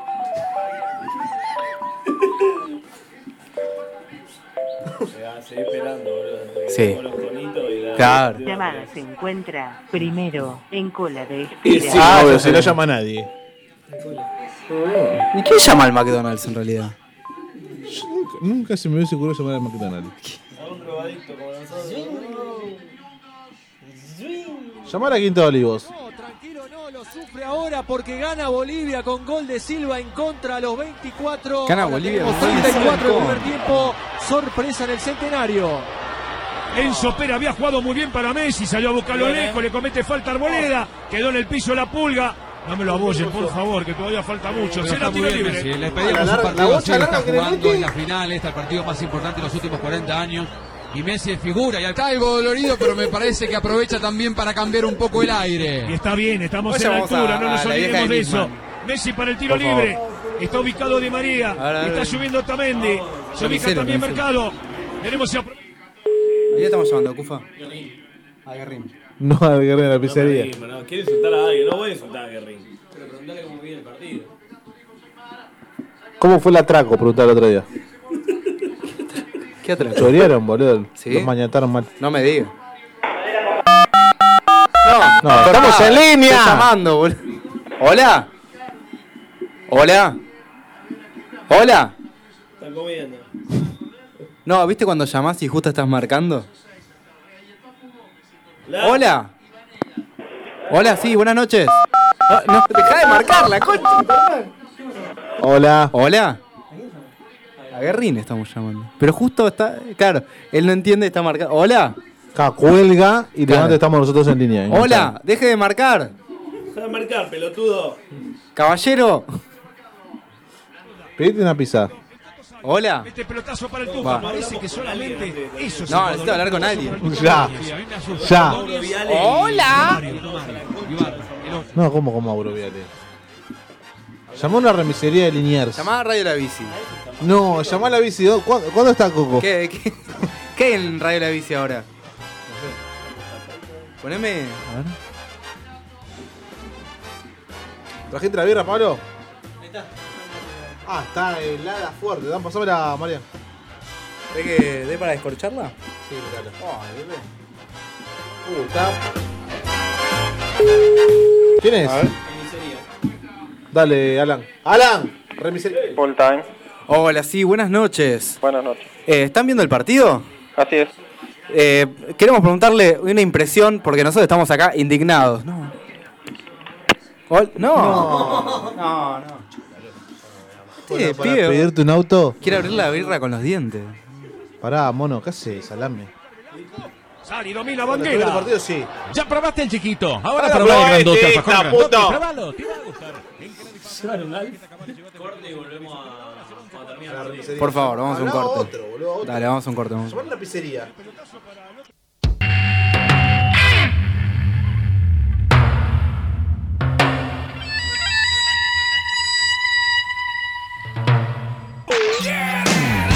[SPEAKER 19] Seguí esperando, boludo.
[SPEAKER 1] Sí.
[SPEAKER 19] Con los conitos y la-
[SPEAKER 1] Claro.
[SPEAKER 25] Llamada se encuentra primero en cola de
[SPEAKER 6] Y
[SPEAKER 25] espera.
[SPEAKER 6] sí, ah, pero si no llama nadie.
[SPEAKER 1] ¿Y quién llama al McDonald's en realidad?
[SPEAKER 6] Nunca, nunca se me hubiese ocurrido llamar a McDonald's. Llamar a Quinta de Olivos.
[SPEAKER 3] Sufre ahora porque gana Bolivia con gol de Silva en contra a los 24.
[SPEAKER 1] Gana
[SPEAKER 3] Ahora
[SPEAKER 1] Bolivia
[SPEAKER 3] tenemos
[SPEAKER 1] con gol de
[SPEAKER 3] 34
[SPEAKER 1] Silva
[SPEAKER 3] del
[SPEAKER 1] en
[SPEAKER 3] primer tiempo. Sorpresa en el centenario.
[SPEAKER 18] Enzo Pérez había jugado muy bien para Messi, salió a buscarlo lejos, le comete falta a Arboleda, quedó en el piso la pulga. No me lo aboyen, por favor, que todavía falta mucho.
[SPEAKER 17] Pero
[SPEAKER 18] Será
[SPEAKER 17] está muy
[SPEAKER 18] tiro
[SPEAKER 17] bien,
[SPEAKER 18] libre.
[SPEAKER 17] Messi. Le pedimos un partido así, lo está jugando en la final, este es el partido más importante de los últimos 40 años. Y Messi es figura, y acá algo dolorido, pero me parece que aprovecha también para cambiar un poco el aire.
[SPEAKER 18] Y está bien, estamos
[SPEAKER 17] Hoy
[SPEAKER 18] en la
[SPEAKER 17] llamamos
[SPEAKER 18] altura,
[SPEAKER 17] a-
[SPEAKER 18] no
[SPEAKER 17] a
[SPEAKER 18] nos
[SPEAKER 17] la vieja
[SPEAKER 18] olvidemos
[SPEAKER 17] de
[SPEAKER 18] de eso.
[SPEAKER 17] Nisman.
[SPEAKER 18] Messi para el tiro
[SPEAKER 17] Por favor.
[SPEAKER 18] libre. Está ubicado Di María,
[SPEAKER 1] Ahora,
[SPEAKER 18] está
[SPEAKER 1] ahora.
[SPEAKER 18] subiendo Tamendi, se ubica
[SPEAKER 1] Camisero,
[SPEAKER 18] también
[SPEAKER 1] camisero.
[SPEAKER 18] Mercado. Veremos si apro-
[SPEAKER 1] Ahí estamos llamando, Cufa. A Guerrín.
[SPEAKER 6] No, al guerrero de la pizzería.
[SPEAKER 5] Guerrín, no, quiere insultar a alguien, no voy a insultar a Guerrín.
[SPEAKER 19] Pero preguntale cómo viene el partido.
[SPEAKER 6] ¿Cómo fue el atraco? Preguntar el otro día.
[SPEAKER 1] (laughs) ¿Qué atraco?
[SPEAKER 6] Chorearon, boludo.
[SPEAKER 1] ¿Sí?
[SPEAKER 6] Los mañataron mal.
[SPEAKER 1] No me digas.
[SPEAKER 6] No, estamos en línea.
[SPEAKER 1] Estoy llamando, boludo. Hola. Hola. Hola.
[SPEAKER 19] Están comiendo.
[SPEAKER 1] No, ¿viste cuando llamás y justo estás marcando? Hola. Hola, sí, buenas noches. No, no, dejá de marcar la concha.
[SPEAKER 6] Hola.
[SPEAKER 1] Hola. A Guerrín estamos llamando. Pero justo está. Claro, él no entiende, está marcando. Hola.
[SPEAKER 6] Acá cuelga y de
[SPEAKER 1] Claro.
[SPEAKER 6] antes estamos nosotros en línea. ¿eh?
[SPEAKER 1] Hola, deje de marcar.
[SPEAKER 5] Deja de marcar, pelotudo.
[SPEAKER 1] Caballero.
[SPEAKER 6] Pedite una pizza.
[SPEAKER 1] Hola.
[SPEAKER 18] Este pelotazo para el Tuca,
[SPEAKER 1] Va.
[SPEAKER 18] parece que solamente eso se
[SPEAKER 1] No,
[SPEAKER 18] puede
[SPEAKER 1] necesito hablar con alguien.
[SPEAKER 6] Ya. Ya.
[SPEAKER 1] Hola.
[SPEAKER 6] No, ¿cómo como Mauro Viale? Llamó a una remisería de Liniers.
[SPEAKER 1] Llamá a Radio La Bici.
[SPEAKER 6] No, llamá a la bici. ¿Cuándo, cuándo está Coco?
[SPEAKER 1] ¿Qué, qué, qué hay en Radio La Bici ahora? Poneme.
[SPEAKER 6] ¿Trajiste la birra, Pablo? Ah, está helada fuerte. Dan, pasámela, María.
[SPEAKER 1] ¿Ve que dé para descorcharla?
[SPEAKER 6] Sí, claro.
[SPEAKER 1] Uh,
[SPEAKER 6] ¿Quién es? Dale, Alan. Alan, remisería.
[SPEAKER 11] Full time.
[SPEAKER 1] Hola, sí, buenas noches.
[SPEAKER 11] Buenas noches.
[SPEAKER 1] Eh, ¿Están viendo el partido?
[SPEAKER 11] Así es.
[SPEAKER 1] Eh, queremos preguntarle una impresión porque nosotros estamos acá indignados. No. Hol- No. No, no. Este
[SPEAKER 6] para
[SPEAKER 1] pibe
[SPEAKER 6] pedirte un auto.
[SPEAKER 1] quiere abrir la birra con los dientes.
[SPEAKER 6] Pará, mono, ¿qué haces? Salame.
[SPEAKER 18] Sari domina
[SPEAKER 6] Para el
[SPEAKER 18] bandera.
[SPEAKER 6] partido sí.
[SPEAKER 18] Ya probaste el chiquito.
[SPEAKER 6] Ahora
[SPEAKER 18] probá
[SPEAKER 6] probá este,
[SPEAKER 18] alfajor
[SPEAKER 6] esta
[SPEAKER 18] grandote.
[SPEAKER 6] puta.
[SPEAKER 18] Probalo, te va a gustar.
[SPEAKER 19] Corte y volvemos a, a terminar el partido.
[SPEAKER 1] Por favor, vamos a un
[SPEAKER 6] Hablaba
[SPEAKER 1] corte.
[SPEAKER 6] otro, boludo, otro.
[SPEAKER 1] Dale, vamos a un corte. vamos.
[SPEAKER 6] Llamar a la pizzería.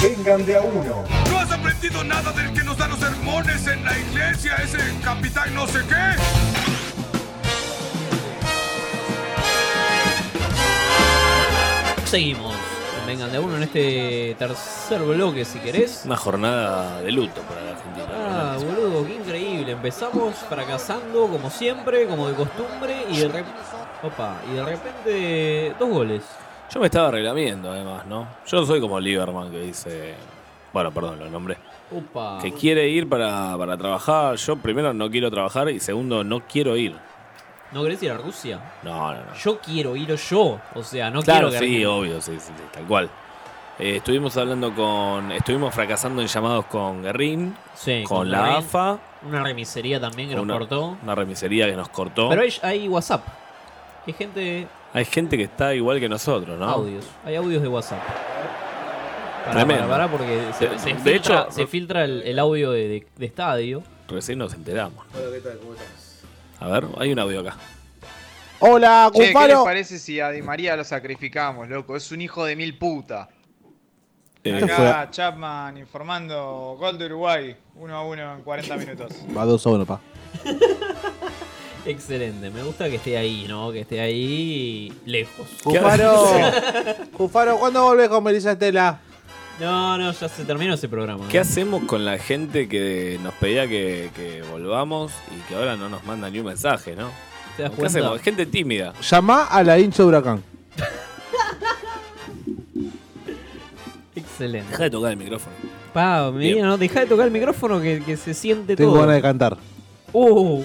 [SPEAKER 4] Vengan de a uno. No has aprendido nada del que nos da los sermones en la iglesia, ese capitán no sé qué.
[SPEAKER 7] Seguimos. Vengan de a uno en este tercer bloque, si querés.
[SPEAKER 5] Una jornada de luto para la Argentina.
[SPEAKER 7] Ah, boludo, qué increíble. Empezamos fracasando como siempre, como de costumbre, y de, rep- Opa, y de repente dos goles.
[SPEAKER 5] Yo me estaba reglamiendo, además, ¿no? Yo no soy como Lieberman que dice. Bueno, perdón, lo nombré.
[SPEAKER 7] Opa.
[SPEAKER 5] Que quiere ir para, para trabajar. Yo, primero, no quiero trabajar y, segundo, no quiero ir.
[SPEAKER 7] ¿No querés ir a Rusia?
[SPEAKER 5] No, no, no.
[SPEAKER 7] Yo quiero ir yo. O sea, no
[SPEAKER 5] claro,
[SPEAKER 7] quiero que
[SPEAKER 5] sí, obvio, sí, sí, sí, tal cual. Eh, estuvimos hablando con. Estuvimos fracasando en llamados con Guerrín,
[SPEAKER 7] Sí,
[SPEAKER 5] con, la
[SPEAKER 7] Guerrín.
[SPEAKER 5] AFA,
[SPEAKER 7] Una remisería también que
[SPEAKER 5] una,
[SPEAKER 7] nos cortó.
[SPEAKER 5] una remisería que nos cortó.
[SPEAKER 7] Pero hay, hay WhatsApp. Hay gente.
[SPEAKER 5] Hay gente que está igual que nosotros, ¿no?
[SPEAKER 7] Audios. Hay audios de WhatsApp. Pará,
[SPEAKER 5] Tremendo.
[SPEAKER 7] pará, pará, porque se,
[SPEAKER 5] De-
[SPEAKER 7] se
[SPEAKER 5] de
[SPEAKER 7] filtra,
[SPEAKER 5] hecho-
[SPEAKER 7] se filtra el, el audio de, de- de estadio.
[SPEAKER 5] Recién nos enteramos.
[SPEAKER 6] Hola, ¿qué tal? ¿Cómo estás?
[SPEAKER 5] A ver, hay un audio acá.
[SPEAKER 6] Hola,
[SPEAKER 28] Che, ¿qué les
[SPEAKER 6] Cufaro.
[SPEAKER 28] parece si a Di María lo sacrificamos, loco? Es un hijo de mil puta.
[SPEAKER 5] Eh,
[SPEAKER 28] Acá
[SPEAKER 6] fue-
[SPEAKER 28] Chapman informando gol de Uruguay, 1 a 1 en 40 minutos.
[SPEAKER 6] Va 2 a 1, pa.
[SPEAKER 7] Excelente. Me gusta que esté ahí, ¿no? Que esté ahí lejos. (laughs)
[SPEAKER 6] Cufaro. Cufaro, ¿cuándo volvés con Melissa Estela?
[SPEAKER 7] No, no, ya se terminó ese programa. ¿eh?
[SPEAKER 5] ¿Qué hacemos con la gente que nos pedía que, que volvamos y que ahora no nos manda ni un mensaje, no?
[SPEAKER 7] ¿Te das
[SPEAKER 5] ¿Qué
[SPEAKER 7] cuenta?
[SPEAKER 5] hacemos? Gente tímida.
[SPEAKER 6] Llamá a la hincha de Huracán.
[SPEAKER 7] Excelente.
[SPEAKER 5] Deja de tocar el micrófono.
[SPEAKER 7] Pa, Medina,
[SPEAKER 5] Bien.
[SPEAKER 7] no, deja de tocar el micrófono que, que se siente
[SPEAKER 6] Tengo
[SPEAKER 7] todo.
[SPEAKER 6] ganas de cantar.
[SPEAKER 7] Uh,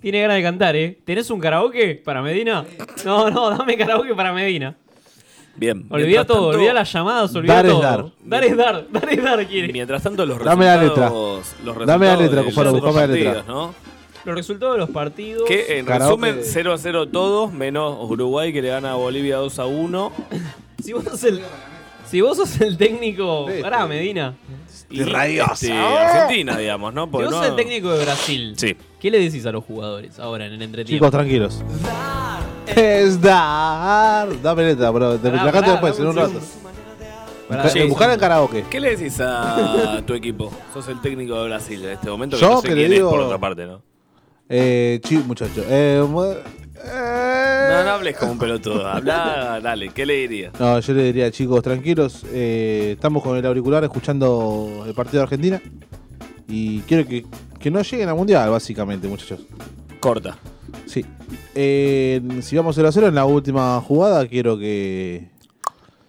[SPEAKER 7] tiene ganas de cantar, ¿eh? ¿Tenés un karaoke para Medina? No, no, dame karaoke para Medina.
[SPEAKER 5] Bien.
[SPEAKER 7] Olvida
[SPEAKER 5] Mientras
[SPEAKER 7] todo,
[SPEAKER 5] tanto-
[SPEAKER 7] olvida las llamadas, olvida
[SPEAKER 6] dar es
[SPEAKER 7] todo.
[SPEAKER 6] dar.
[SPEAKER 7] Dar es dar, dar es dar, quiere.
[SPEAKER 5] Mientras tanto, los
[SPEAKER 6] Dame la letra.
[SPEAKER 5] resultados. los
[SPEAKER 6] Dame la
[SPEAKER 5] resultados
[SPEAKER 6] letra,
[SPEAKER 5] de
[SPEAKER 6] Cufaro,
[SPEAKER 5] los otros
[SPEAKER 6] buscame la letra.
[SPEAKER 5] partidos, ¿no?
[SPEAKER 7] Los resultados de los partidos.
[SPEAKER 5] Que en
[SPEAKER 6] Karaoke.
[SPEAKER 5] resumen, 0 a 0 todos, menos Uruguay que le gana a Bolivia 2 a 1.
[SPEAKER 7] Si vos sos el, si vos sos el técnico. Pará, Medina.
[SPEAKER 5] Y
[SPEAKER 7] radiosa.
[SPEAKER 5] este,
[SPEAKER 6] Oh.
[SPEAKER 5] Argentina, digamos, ¿no?
[SPEAKER 7] Si
[SPEAKER 6] Pues
[SPEAKER 5] Porque
[SPEAKER 7] vos
[SPEAKER 5] no-
[SPEAKER 7] sos el técnico de Brasil.
[SPEAKER 5] Sí.
[SPEAKER 7] ¿Qué le decís a los jugadores ahora en el entretiempo?
[SPEAKER 6] Chicos, tranquilos. Es dar. Dame letra, bro. Te
[SPEAKER 7] Pará,
[SPEAKER 6] la canto
[SPEAKER 7] pará,
[SPEAKER 6] después, en
[SPEAKER 7] dame
[SPEAKER 6] un
[SPEAKER 7] un
[SPEAKER 6] rato.
[SPEAKER 7] Pará,
[SPEAKER 6] Ca-
[SPEAKER 7] sí,
[SPEAKER 6] Buscar
[SPEAKER 7] sí.
[SPEAKER 6] en karaoke.
[SPEAKER 5] ¿Qué le decís a tu equipo? Sos el técnico de Brasil en este momento. Que
[SPEAKER 6] Yo
[SPEAKER 5] no sé
[SPEAKER 6] que le
[SPEAKER 5] quién
[SPEAKER 6] digo-
[SPEAKER 5] es por otra parte, ¿no?
[SPEAKER 6] Eh, chi, muchacho. Eh, mu-
[SPEAKER 5] No, no hables como un pelotudo. Habla, dale, ¿qué le dirías?
[SPEAKER 6] no, yo le diría, chicos, tranquilos. eh, estamos con el auricular escuchando el partido de Argentina. Y quiero que, que no lleguen al mundial, básicamente, muchachos.
[SPEAKER 5] Corta.
[SPEAKER 6] Sí. Eh, si vamos 0 a 0 en la última jugada, quiero que,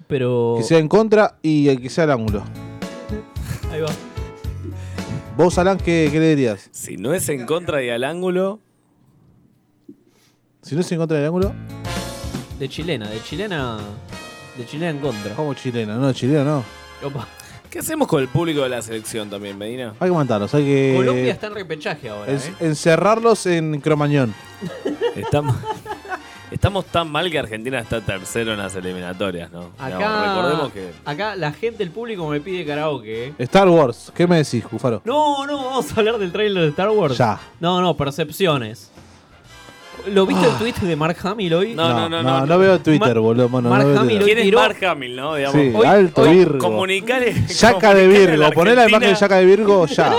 [SPEAKER 7] Pero.
[SPEAKER 6] que sea en contra y que sea el ángulo.
[SPEAKER 7] Ahí va.
[SPEAKER 6] Vos, Alan, ¿qué, qué le dirías?
[SPEAKER 5] Si no es en contra y al ángulo,
[SPEAKER 6] Si no se encuentra el ángulo,
[SPEAKER 7] De chilena, de chilena. De chilena en contra.
[SPEAKER 6] como chileno, no, chileno no.
[SPEAKER 7] Opa.
[SPEAKER 5] ¿qué hacemos con el público de la selección también, Medina?
[SPEAKER 6] Hay que matarlos, hay que.
[SPEAKER 7] Colombia está en repechaje ahora.
[SPEAKER 6] en-
[SPEAKER 7] ¿eh?
[SPEAKER 6] Encerrarlos en Cromañón.
[SPEAKER 5] Estamos, estamos tan mal que Argentina está tercero en las eliminatorias, ¿no? Digamos,
[SPEAKER 7] Acá,
[SPEAKER 5] recordemos que.
[SPEAKER 7] acá la gente, el público me pide karaoke. ¿eh?
[SPEAKER 6] Star Wars, ¿qué me decís, Cufaro?
[SPEAKER 7] No, no, vamos a hablar del tráiler de Star Wars.
[SPEAKER 6] Ya.
[SPEAKER 7] No, no, percepciones. ¿Lo viste el tweet de Mark Hamill hoy?
[SPEAKER 6] no, Ah. no, veo Twitter, boludo. mono,
[SPEAKER 7] Mark
[SPEAKER 6] no veo
[SPEAKER 7] Hamill
[SPEAKER 6] Twitter.
[SPEAKER 5] ¿Quién es
[SPEAKER 7] tiró-
[SPEAKER 5] Mark Hamill, no? Digamos,
[SPEAKER 6] Sí, alto virgo.
[SPEAKER 5] Comunicale.
[SPEAKER 6] (laughs)
[SPEAKER 5] comunicale a
[SPEAKER 6] Yaca de
[SPEAKER 5] la
[SPEAKER 6] Virgo, poné la imagen de
[SPEAKER 5] Argentina.
[SPEAKER 6] Yaca de Virgo ya.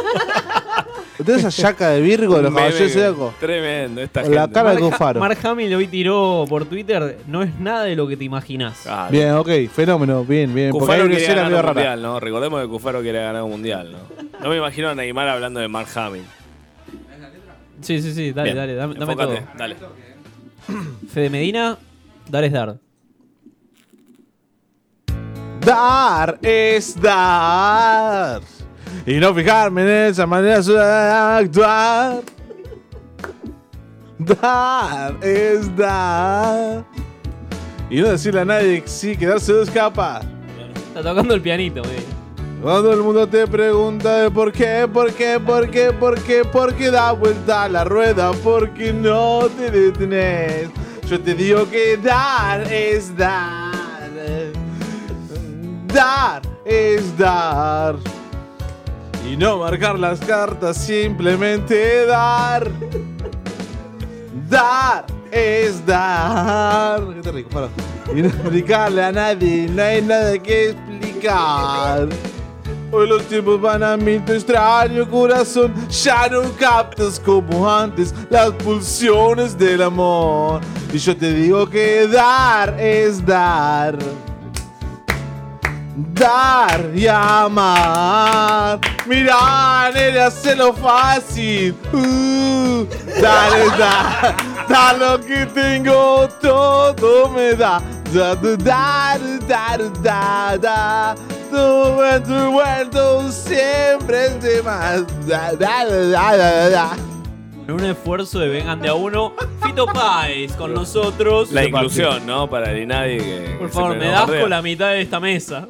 [SPEAKER 6] ¿Ustedes esa Yaca de Virgo de los
[SPEAKER 5] Un meme
[SPEAKER 6] caballeros
[SPEAKER 5] que-
[SPEAKER 6] zodiacos?
[SPEAKER 5] Tremendo, esta
[SPEAKER 6] La
[SPEAKER 5] gente.
[SPEAKER 6] cara de
[SPEAKER 5] Mark-
[SPEAKER 6] Cufaro.
[SPEAKER 7] Mark Hamill hoy tiró por Twitter, no es nada de lo que te imaginás.
[SPEAKER 5] Ah,
[SPEAKER 6] Bien, ok, fenómeno, bien, bien. Porque hay
[SPEAKER 5] Cufaro
[SPEAKER 6] una
[SPEAKER 5] quiere
[SPEAKER 6] escena
[SPEAKER 5] ganar un
[SPEAKER 6] medio rara.
[SPEAKER 5] mundial, ¿no? Recordemos que Cufaro quiere ganar un mundial, ¿no? No me imagino a Neymar hablando de Mark Hamill.
[SPEAKER 7] Sí, sí, sí, dale,
[SPEAKER 5] Bien,
[SPEAKER 7] dale, dame, dame todo.
[SPEAKER 5] enfócate, Dale.
[SPEAKER 7] Fede Medina, dar es dar.
[SPEAKER 6] Dar es dar. Y no fijarme en esa manera de actuar. Dar es dar. Y no decirle a nadie que sí, quedarse dos capas.
[SPEAKER 7] Está tocando el pianito, güey.
[SPEAKER 6] Cuando el mundo te pregunta de por qué, por qué, por qué, por qué, por qué da vuelta la rueda, porque no te detenés. Yo te digo que dar es dar. Dar es dar. Y no marcar las cartas, simplemente dar. Dar es dar. Qué te ríes, Cufaro? Y no explicarle a nadie, no hay nada que explicar. Hoy los tiempos van a mí, tu extraño corazón. Ya no captas como antes las pulsiones del amor. Y yo te digo que dar es dar. Dar y amar. Mira, nena, lo fácil. Uh, dar es dar. Dar lo que tengo, todo me da. Da, da, da, da, da, da, da. Tu tu vuelto siempre es de más. Da, da, da, da, da, da.
[SPEAKER 7] en un esfuerzo de vengan de a uno, Fito Páez con nosotros.
[SPEAKER 5] La inclusión, ¿no? Para el nadie que.
[SPEAKER 7] Por
[SPEAKER 5] que
[SPEAKER 7] favor,
[SPEAKER 5] siempre
[SPEAKER 7] me
[SPEAKER 5] nos
[SPEAKER 7] das
[SPEAKER 5] rodea.
[SPEAKER 7] con la mitad de esta mesa.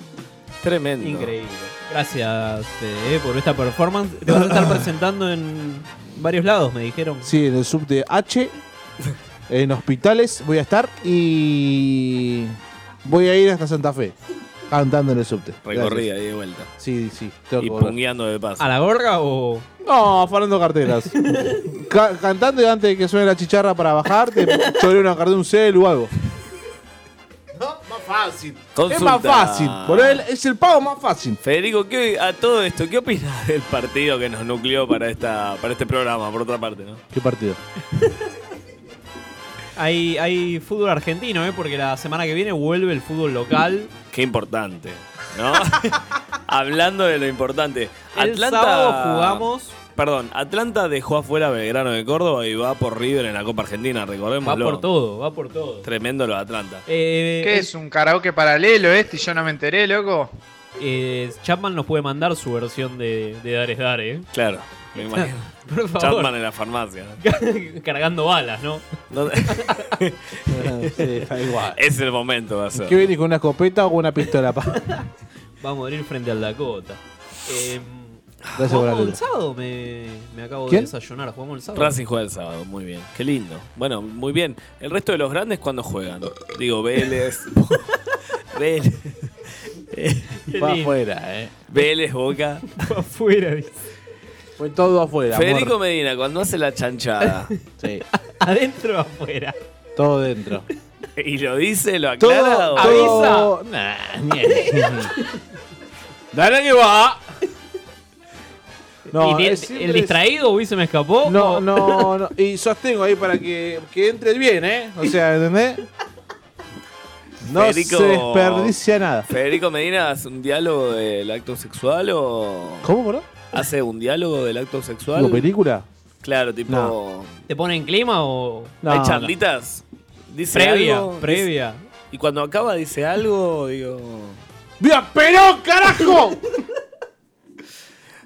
[SPEAKER 5] (laughs) Tremendo.
[SPEAKER 7] Increíble. Gracias eh, por esta performance. Te vas a
[SPEAKER 5] (laughs)
[SPEAKER 7] estar presentando en varios lados, me dijeron.
[SPEAKER 6] Sí, en el sub de H, en hospitales voy a estar y voy a ir hasta Santa Fe cantando en el subte. Gracias.
[SPEAKER 5] Recorrida y de vuelta.
[SPEAKER 6] Sí, sí.
[SPEAKER 5] Y
[SPEAKER 6] volver.
[SPEAKER 5] pungueando de paso.
[SPEAKER 7] ¿A la gorra o.?
[SPEAKER 6] No,
[SPEAKER 5] (laughs)
[SPEAKER 6] afanando carteras. Ca- cantando y antes de que suene la chicharra para bajar, te choreo una cartera, un cel o algo.
[SPEAKER 4] Más fácil.
[SPEAKER 6] Es más fácil, boludo, es el pago más fácil.
[SPEAKER 5] Federico, ¿qué, a todo esto, ¿qué opinas del partido que nos nucleó para, esta, para este programa, por otra parte, no?
[SPEAKER 6] ¿Qué partido?
[SPEAKER 7] Hay, hay fútbol argentino, ¿eh? Porque la semana que viene vuelve el fútbol local.
[SPEAKER 5] Qué importante, ¿no? (laughs) Hablando de lo importante.
[SPEAKER 7] El
[SPEAKER 5] Atlanta.
[SPEAKER 7] sábado jugamos.
[SPEAKER 5] Perdón, Atlanta dejó afuera a Belgrano de Córdoba y va por River en la Copa Argentina, recordemos.
[SPEAKER 7] Va por todo, va por todo.
[SPEAKER 5] Tremendo lo de Atlanta.
[SPEAKER 7] eh,
[SPEAKER 28] ¿Qué es un karaoke paralelo este? Yo no me enteré, loco.
[SPEAKER 7] Eh, Chapman nos puede mandar su versión de, de Dares Dare, ¿eh? (laughs)
[SPEAKER 5] Claro, me imagino.
[SPEAKER 7] Por favor.
[SPEAKER 5] Chapman en la farmacia. ¿no?
[SPEAKER 7] (laughs) Cargando balas, ¿no?
[SPEAKER 5] (laughs) Es el momento, va a ser.
[SPEAKER 6] ¿Qué venís con una escopeta o una pistola?
[SPEAKER 7] (laughs)
[SPEAKER 6] pa?
[SPEAKER 7] Vamos a morir frente al Dakota. Eh,
[SPEAKER 6] por la
[SPEAKER 7] jugamos
[SPEAKER 6] ayuda.
[SPEAKER 7] el sábado, me, me acabo
[SPEAKER 6] ¿Quién?
[SPEAKER 7] de desayunar. Jugamos el sábado.
[SPEAKER 5] Racing juega el sábado, muy bien. Qué lindo. Bueno, muy bien. El resto de los grandes, ¿cuándo juegan? Digo, Vélez. (laughs) Vélez.
[SPEAKER 7] Qué Va lindo.
[SPEAKER 6] afuera, eh.
[SPEAKER 5] Vélez, Boca.
[SPEAKER 7] Fue afuera, dice.
[SPEAKER 6] Fue todo afuera. amor.
[SPEAKER 5] Federico Medina, cuando hace la (laughs) chanchada
[SPEAKER 6] Sí,
[SPEAKER 7] (laughs) Adentro o afuera.
[SPEAKER 6] todo
[SPEAKER 7] (laughs)
[SPEAKER 6] dentro.
[SPEAKER 5] y lo dice, lo
[SPEAKER 6] Todo,
[SPEAKER 5] aclara. o-
[SPEAKER 6] todo-
[SPEAKER 7] avisa.
[SPEAKER 6] Nah, ni Dale que va. No,
[SPEAKER 7] ¿Y ni el,
[SPEAKER 6] es siempre
[SPEAKER 7] el
[SPEAKER 6] es-
[SPEAKER 7] distraído, Uy, se me escapó?
[SPEAKER 6] No, no, no. Y sostengo ahí para que, que entre bien, ¿eh? O sea, ¿entendés? No
[SPEAKER 5] Federico-
[SPEAKER 6] se desperdicia nada.
[SPEAKER 5] Federico Medina hace un diálogo del acto sexual o.
[SPEAKER 6] ¿Cómo, boludo?
[SPEAKER 5] ¿Hace un diálogo del acto sexual?
[SPEAKER 6] ¿Digo película?
[SPEAKER 5] Claro, tipo.
[SPEAKER 6] No.
[SPEAKER 7] ¿Te pone en clima o.?
[SPEAKER 5] ¿Hay
[SPEAKER 6] No,
[SPEAKER 5] charlitas? Dice
[SPEAKER 7] Previa,
[SPEAKER 5] algo,
[SPEAKER 7] previa.
[SPEAKER 5] dice- y cuando acaba dice algo, digo.
[SPEAKER 6] ¡Viva Perón,
[SPEAKER 7] (laughs)
[SPEAKER 6] carajo!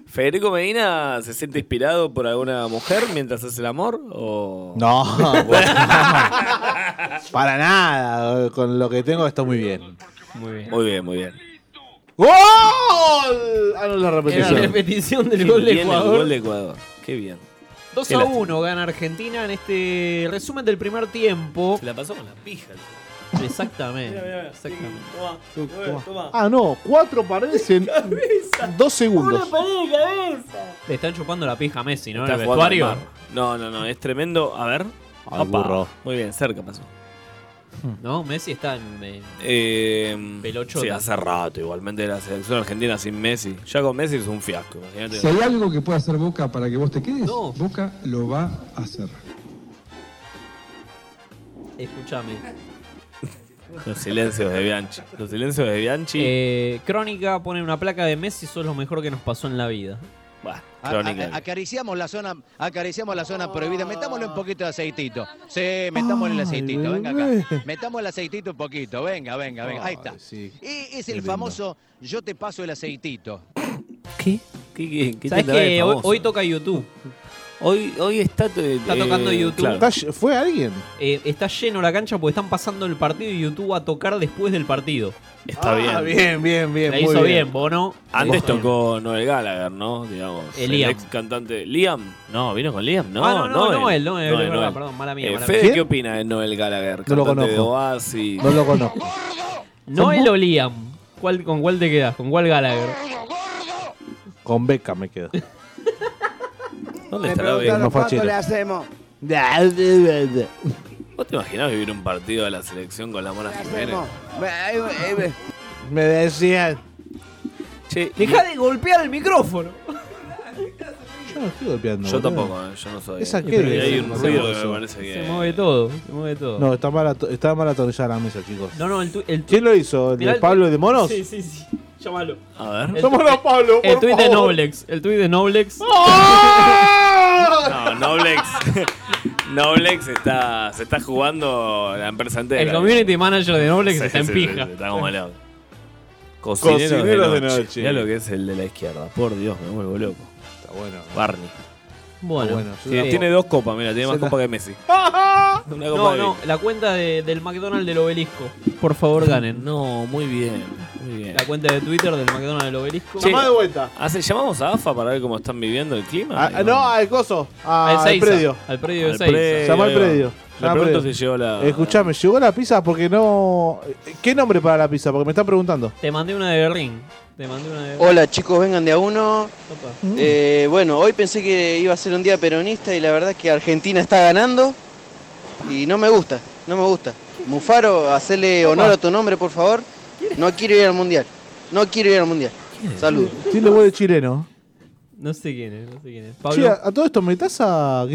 [SPEAKER 5] ¿Federico Medina se siente inspirado por alguna mujer mientras hace el amor? ¿O.?
[SPEAKER 6] No, bueno, (laughs) para nada. Con lo que tengo está muy bien.
[SPEAKER 7] Muy bien.
[SPEAKER 5] Muy bien, muy bien.
[SPEAKER 6] ¡Gol! Ah, no, la
[SPEAKER 7] Era
[SPEAKER 6] repetición.
[SPEAKER 7] la repetición del
[SPEAKER 5] Qué
[SPEAKER 7] gol de
[SPEAKER 5] bien el
[SPEAKER 7] Ecuador.
[SPEAKER 5] gol de Ecuador. Qué bien.
[SPEAKER 7] 2
[SPEAKER 5] Qué
[SPEAKER 7] a
[SPEAKER 5] lástima.
[SPEAKER 7] 1 gana Argentina en este resumen del primer tiempo. Se
[SPEAKER 5] la pasó con la pija.
[SPEAKER 7] Exactamente. (laughs) exactamente.
[SPEAKER 6] Ah, no, cuatro paredes (laughs) en dos segundos.
[SPEAKER 7] Le están chupando la pija a Messi, ¿no? En
[SPEAKER 5] Está
[SPEAKER 7] el
[SPEAKER 5] jugando
[SPEAKER 7] vestuario.
[SPEAKER 5] al mar. No, no, no, es tremendo. A ver.
[SPEAKER 6] Ay,
[SPEAKER 5] Opa.
[SPEAKER 6] burro.
[SPEAKER 5] Muy bien, cerca pasó.
[SPEAKER 7] No, Messi está en. en-
[SPEAKER 5] Eh,
[SPEAKER 7] Pelochota.
[SPEAKER 5] Sí, hace rato. Igualmente la selección argentina sin Messi. Ya con Messi es un fiasco. Imagínate.
[SPEAKER 16] Si hay algo que pueda hacer Boca para que vos te quedes, Boca lo va a hacer.
[SPEAKER 7] Escúchame.
[SPEAKER 5] Los silencios de Bianchi. Los silencios de Bianchi.
[SPEAKER 7] Eh, Crónica pone una placa de Messi, sos lo mejor que nos pasó en la vida.
[SPEAKER 5] Bah,
[SPEAKER 12] A- a- acariciamos la zona, acariciamos la zona prohibida. Metámosle un poquito de aceitito. Sí, metámosle el
[SPEAKER 7] Ay,
[SPEAKER 12] aceitito, venga
[SPEAKER 7] bebé.
[SPEAKER 12] acá. Metamos el aceitito un poquito, venga, venga, venga. Ahí está. E- es
[SPEAKER 7] Qué
[SPEAKER 12] el
[SPEAKER 7] lindo.
[SPEAKER 12] famoso yo te paso el aceitito.
[SPEAKER 5] ¿Qué, qué, qué
[SPEAKER 7] ¿Sabes
[SPEAKER 5] tendrá de
[SPEAKER 7] que hoy,
[SPEAKER 5] famoso?
[SPEAKER 7] hoy toca YouTube?
[SPEAKER 5] Hoy, hoy está,
[SPEAKER 7] Está tocando
[SPEAKER 5] eh,
[SPEAKER 7] YouTube.
[SPEAKER 5] claro.
[SPEAKER 6] Está ll- ¿Fue alguien?
[SPEAKER 7] Eh, está lleno la cancha porque están pasando el partido y YouTube va a tocar después del partido.
[SPEAKER 5] Está
[SPEAKER 6] Ah, bien, bien, bien.
[SPEAKER 7] La
[SPEAKER 6] muy
[SPEAKER 7] hizo bien, Bono.
[SPEAKER 5] Antes
[SPEAKER 7] Bien.
[SPEAKER 5] tocó Noel Gallagher, ¿no? Digamos.
[SPEAKER 7] Eh,
[SPEAKER 5] El
[SPEAKER 7] Liam.
[SPEAKER 5] ex cantante. Liam. No, vino con Liam. No,
[SPEAKER 7] Ah, no, no,
[SPEAKER 5] Noel.
[SPEAKER 7] Noel, Noel,
[SPEAKER 5] Noel,
[SPEAKER 7] es verdad,
[SPEAKER 5] Noel.
[SPEAKER 7] perdón, mala mía,
[SPEAKER 5] Eh,
[SPEAKER 7] mala
[SPEAKER 5] Fede,
[SPEAKER 7] mía.
[SPEAKER 5] ¿qué opina de Noel Gallagher?
[SPEAKER 6] No lo
[SPEAKER 5] cantante de
[SPEAKER 6] conozco.
[SPEAKER 5] Oasis.
[SPEAKER 6] No lo conozco.
[SPEAKER 7] Noel o Liam. ¿Cuál, ¿Con cuál te quedas? ¿Con cuál Gallagher?
[SPEAKER 6] Con Beca me quedo.
[SPEAKER 5] ¿Dónde estará bien?
[SPEAKER 6] No fue a Chile.
[SPEAKER 13] hacemos?
[SPEAKER 5] ¿Vos te imaginás vivir un partido de la selección con la Mona Jiménez?
[SPEAKER 6] Me decían.
[SPEAKER 5] Che,
[SPEAKER 13] Deja de golpear el micrófono.
[SPEAKER 6] Yo no estoy golpeando.
[SPEAKER 5] Yo
[SPEAKER 6] boludo.
[SPEAKER 5] tampoco, eh, yo no soy.
[SPEAKER 6] Esa
[SPEAKER 5] Y
[SPEAKER 6] qué
[SPEAKER 5] hay
[SPEAKER 6] es,
[SPEAKER 5] un
[SPEAKER 6] no
[SPEAKER 5] ruido que
[SPEAKER 6] sé
[SPEAKER 5] me
[SPEAKER 6] eso.
[SPEAKER 5] parece que-
[SPEAKER 7] Se mueve todo, se mueve todo.
[SPEAKER 6] No, está mal, ato- está mal atornillada la mesa, chicos.
[SPEAKER 7] No, no, el, tu- el tu-
[SPEAKER 6] ¿Quién lo hizo? ¿El
[SPEAKER 7] mirá
[SPEAKER 6] de
[SPEAKER 7] tu-
[SPEAKER 6] Pablo de Monos?
[SPEAKER 7] Sí, sí, sí. Llámalo.
[SPEAKER 5] A ver.
[SPEAKER 7] El-
[SPEAKER 6] Llámalo, Pablo,
[SPEAKER 7] El
[SPEAKER 6] por
[SPEAKER 7] tuit de
[SPEAKER 6] favor.
[SPEAKER 7] Noblex. El tuit de Noblex.
[SPEAKER 5] No, Noblex. (laughs) Noblex está, se está jugando la empresa entera.
[SPEAKER 7] El community manager de Noblex está en pija.
[SPEAKER 5] está como loco. Cocineros,
[SPEAKER 6] Cocineros
[SPEAKER 5] de
[SPEAKER 6] de
[SPEAKER 5] noche.
[SPEAKER 6] noche.
[SPEAKER 5] Mirá lo que es el de la izquierda. Por Dios, me vuelvo loco.
[SPEAKER 6] Está bueno.
[SPEAKER 5] Barney.
[SPEAKER 29] Bueno,
[SPEAKER 9] Tiene,
[SPEAKER 29] sí.
[SPEAKER 9] tiene dos copas, mira, tiene más
[SPEAKER 29] Saca.
[SPEAKER 9] copas que Messi. Una copa
[SPEAKER 29] No,
[SPEAKER 9] de
[SPEAKER 29] no,
[SPEAKER 9] vino.
[SPEAKER 29] la cuenta de- del McDonald's del obelisco. Por favor, ganen.
[SPEAKER 9] No, muy bien, muy bien.
[SPEAKER 29] La cuenta de Twitter del McDonald's del obelisco.
[SPEAKER 9] Che,
[SPEAKER 6] de vuelta.
[SPEAKER 9] ¿hace- Ah, ¿Llamamos a AFA para ver cómo están viviendo el clima?
[SPEAKER 6] Ah, no, al coso.
[SPEAKER 29] Al
[SPEAKER 6] a- Al
[SPEAKER 29] Seiza,
[SPEAKER 6] predio.
[SPEAKER 29] al predio de
[SPEAKER 9] Al
[SPEAKER 29] Seiza.
[SPEAKER 6] Llamá al
[SPEAKER 9] ahí va.
[SPEAKER 6] predio.
[SPEAKER 9] Le
[SPEAKER 6] Llamá al
[SPEAKER 9] pregunto
[SPEAKER 6] predio.
[SPEAKER 9] si llegó la-
[SPEAKER 6] Escuchame, ¿llegó la pizza? Porque no. ¿Qué nombre para la pizza? Porque me están preguntando.
[SPEAKER 29] Te mandé una de Berlín. Te mandé una de Berlín.
[SPEAKER 30] Hola chicos, vengan de a uno. Eh, bueno, hoy pensé que iba a ser un día peronista y la verdad es que Argentina está ganando y no me gusta, no me gusta. Mufaro, hacele honor a tu nombre, por favor. No quiero ir al mundial. No quiero ir al mundial. Saludos.
[SPEAKER 6] Tiene huevo de chileno.
[SPEAKER 29] No sé quién es, no sé quién es.
[SPEAKER 6] Che,
[SPEAKER 29] Pablo.
[SPEAKER 6] a, a todo esto
[SPEAKER 29] (laughs)
[SPEAKER 6] me taza.
[SPEAKER 29] a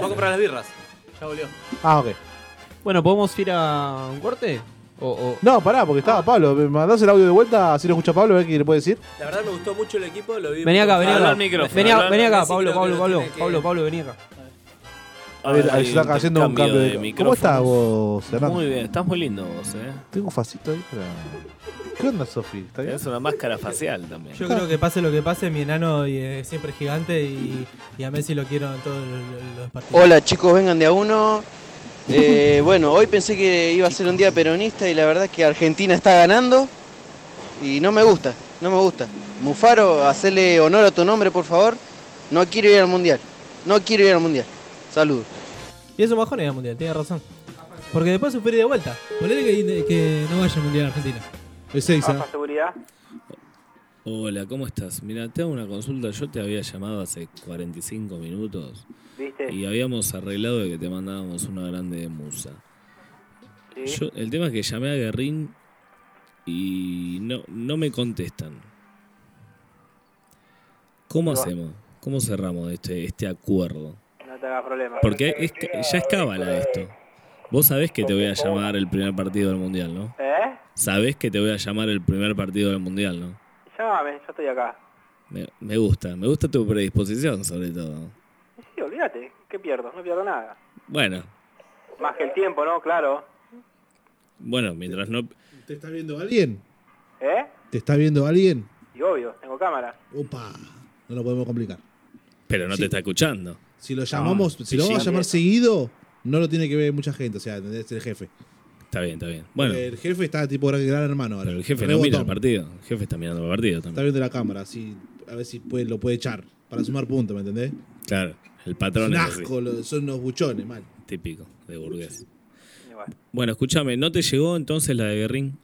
[SPEAKER 29] comprar las birras. Ya volvió.
[SPEAKER 6] ah, ok.
[SPEAKER 29] Bueno, ¿podemos ir a un corte? O, o-
[SPEAKER 6] No, pará, porque
[SPEAKER 29] Ah.
[SPEAKER 6] estaba Pablo. ¿Me mandás el audio de vuelta? Así lo escucha Pablo, a ver qué le puede decir.
[SPEAKER 3] La verdad me gustó mucho el equipo, lo vi.
[SPEAKER 29] Vení acá, vení
[SPEAKER 3] Habla
[SPEAKER 29] acá.
[SPEAKER 3] al micrófono,
[SPEAKER 29] Vení,
[SPEAKER 3] habla al
[SPEAKER 29] vení acá,
[SPEAKER 3] micrófono,
[SPEAKER 29] Pablo,
[SPEAKER 3] que
[SPEAKER 29] Pablo,
[SPEAKER 3] lo
[SPEAKER 29] Pablo,
[SPEAKER 3] tiene que-
[SPEAKER 29] Pablo, Pablo, vení acá.
[SPEAKER 6] A ver, ahí
[SPEAKER 9] Hay
[SPEAKER 6] está
[SPEAKER 9] un
[SPEAKER 6] haciendo un
[SPEAKER 9] intercambio
[SPEAKER 6] cambio de.
[SPEAKER 9] de
[SPEAKER 6] ¿Cómo estás
[SPEAKER 9] micrófonos.
[SPEAKER 6] vos, Fernando?
[SPEAKER 9] Muy bien, estás muy lindo vos, eh.
[SPEAKER 6] Tengo un facito ahí para. ¿Qué onda, Sofi? ¿Está bien?
[SPEAKER 9] Tenés una máscara facial también.
[SPEAKER 7] Yo creo que pase lo que pase, mi enano y, eh, siempre es gigante y, y a Messi lo quiero en todos los, los- los partidos.
[SPEAKER 30] Hola chicos, vengan de a uno. Eh, (laughs) bueno, hoy pensé que iba a ser un día peronista y la verdad es que Argentina está ganando y no me gusta, no me gusta. Mufaro, hacele honor a tu nombre, por favor. No quiero ir al mundial. No quiero ir al mundial. Saludos.
[SPEAKER 7] Y es un bajón ir al mundial, tiene razón. Porque después sufrir de vuelta. Ponele que, que no vaya al mundial a Argentina.
[SPEAKER 6] Es
[SPEAKER 5] seguridad.
[SPEAKER 9] Hola, ¿cómo estás? Mira, te hago una consulta. Yo te había llamado hace 45 minutos
[SPEAKER 5] ¿Viste?
[SPEAKER 9] y habíamos arreglado de que te mandábamos una grande de musa. Yo- el tema es que llamé a Guerrín y no, no me contestan. ¿Cómo hacemos? ¿Cómo cerramos este, este acuerdo?
[SPEAKER 5] No te hagas problema.
[SPEAKER 9] Porque es ca- ya es
[SPEAKER 5] Eh,
[SPEAKER 9] cábala esto. Vos sabés que te voy a llamar el primer partido del Mundial, ¿no?
[SPEAKER 5] ¿Eh?
[SPEAKER 9] Sabés que te voy a llamar el primer partido del Mundial, ¿no?
[SPEAKER 5] Llámame, yo estoy acá.
[SPEAKER 9] Me, me gusta, me gusta tu predisposición sobre todo.
[SPEAKER 5] Sí, olvídate. ¿Qué pierdo? No pierdo nada.
[SPEAKER 9] Bueno,
[SPEAKER 5] Más que el tiempo, ¿no? Claro.
[SPEAKER 9] bueno, mientras no...
[SPEAKER 6] ¿Te está viendo alguien?
[SPEAKER 5] ¿Eh?
[SPEAKER 6] ¿Te está viendo alguien?
[SPEAKER 5] Y obvio, tengo cámara.
[SPEAKER 6] Opa, no lo podemos complicar.
[SPEAKER 9] Pero no te está escuchando.
[SPEAKER 6] Si lo llamamos,
[SPEAKER 9] No,
[SPEAKER 6] si lo
[SPEAKER 9] Ah, sí,
[SPEAKER 6] vamos a
[SPEAKER 9] sí.
[SPEAKER 6] llamar seguido, no lo tiene que ver mucha gente, o sea, es el jefe.
[SPEAKER 9] Está bien, está bien. Bueno,
[SPEAKER 6] Porque el jefe está tipo gran, gran hermano ahora.
[SPEAKER 9] pero el jefe no
[SPEAKER 6] Rebotón.
[SPEAKER 9] mira el partido. El jefe está mirando el partido
[SPEAKER 6] Está
[SPEAKER 9] también.
[SPEAKER 6] viendo la cámara, así, a ver si puede- lo puede echar para sumar puntos, ¿me entendés?
[SPEAKER 9] Claro, el
[SPEAKER 6] Es
[SPEAKER 9] patrón
[SPEAKER 6] un
[SPEAKER 9] es así,
[SPEAKER 6] asco, lo- son unos buchones, mal.
[SPEAKER 9] típico de burgués. Bueno, escúchame, ¿no te llegó entonces la de Guerrín?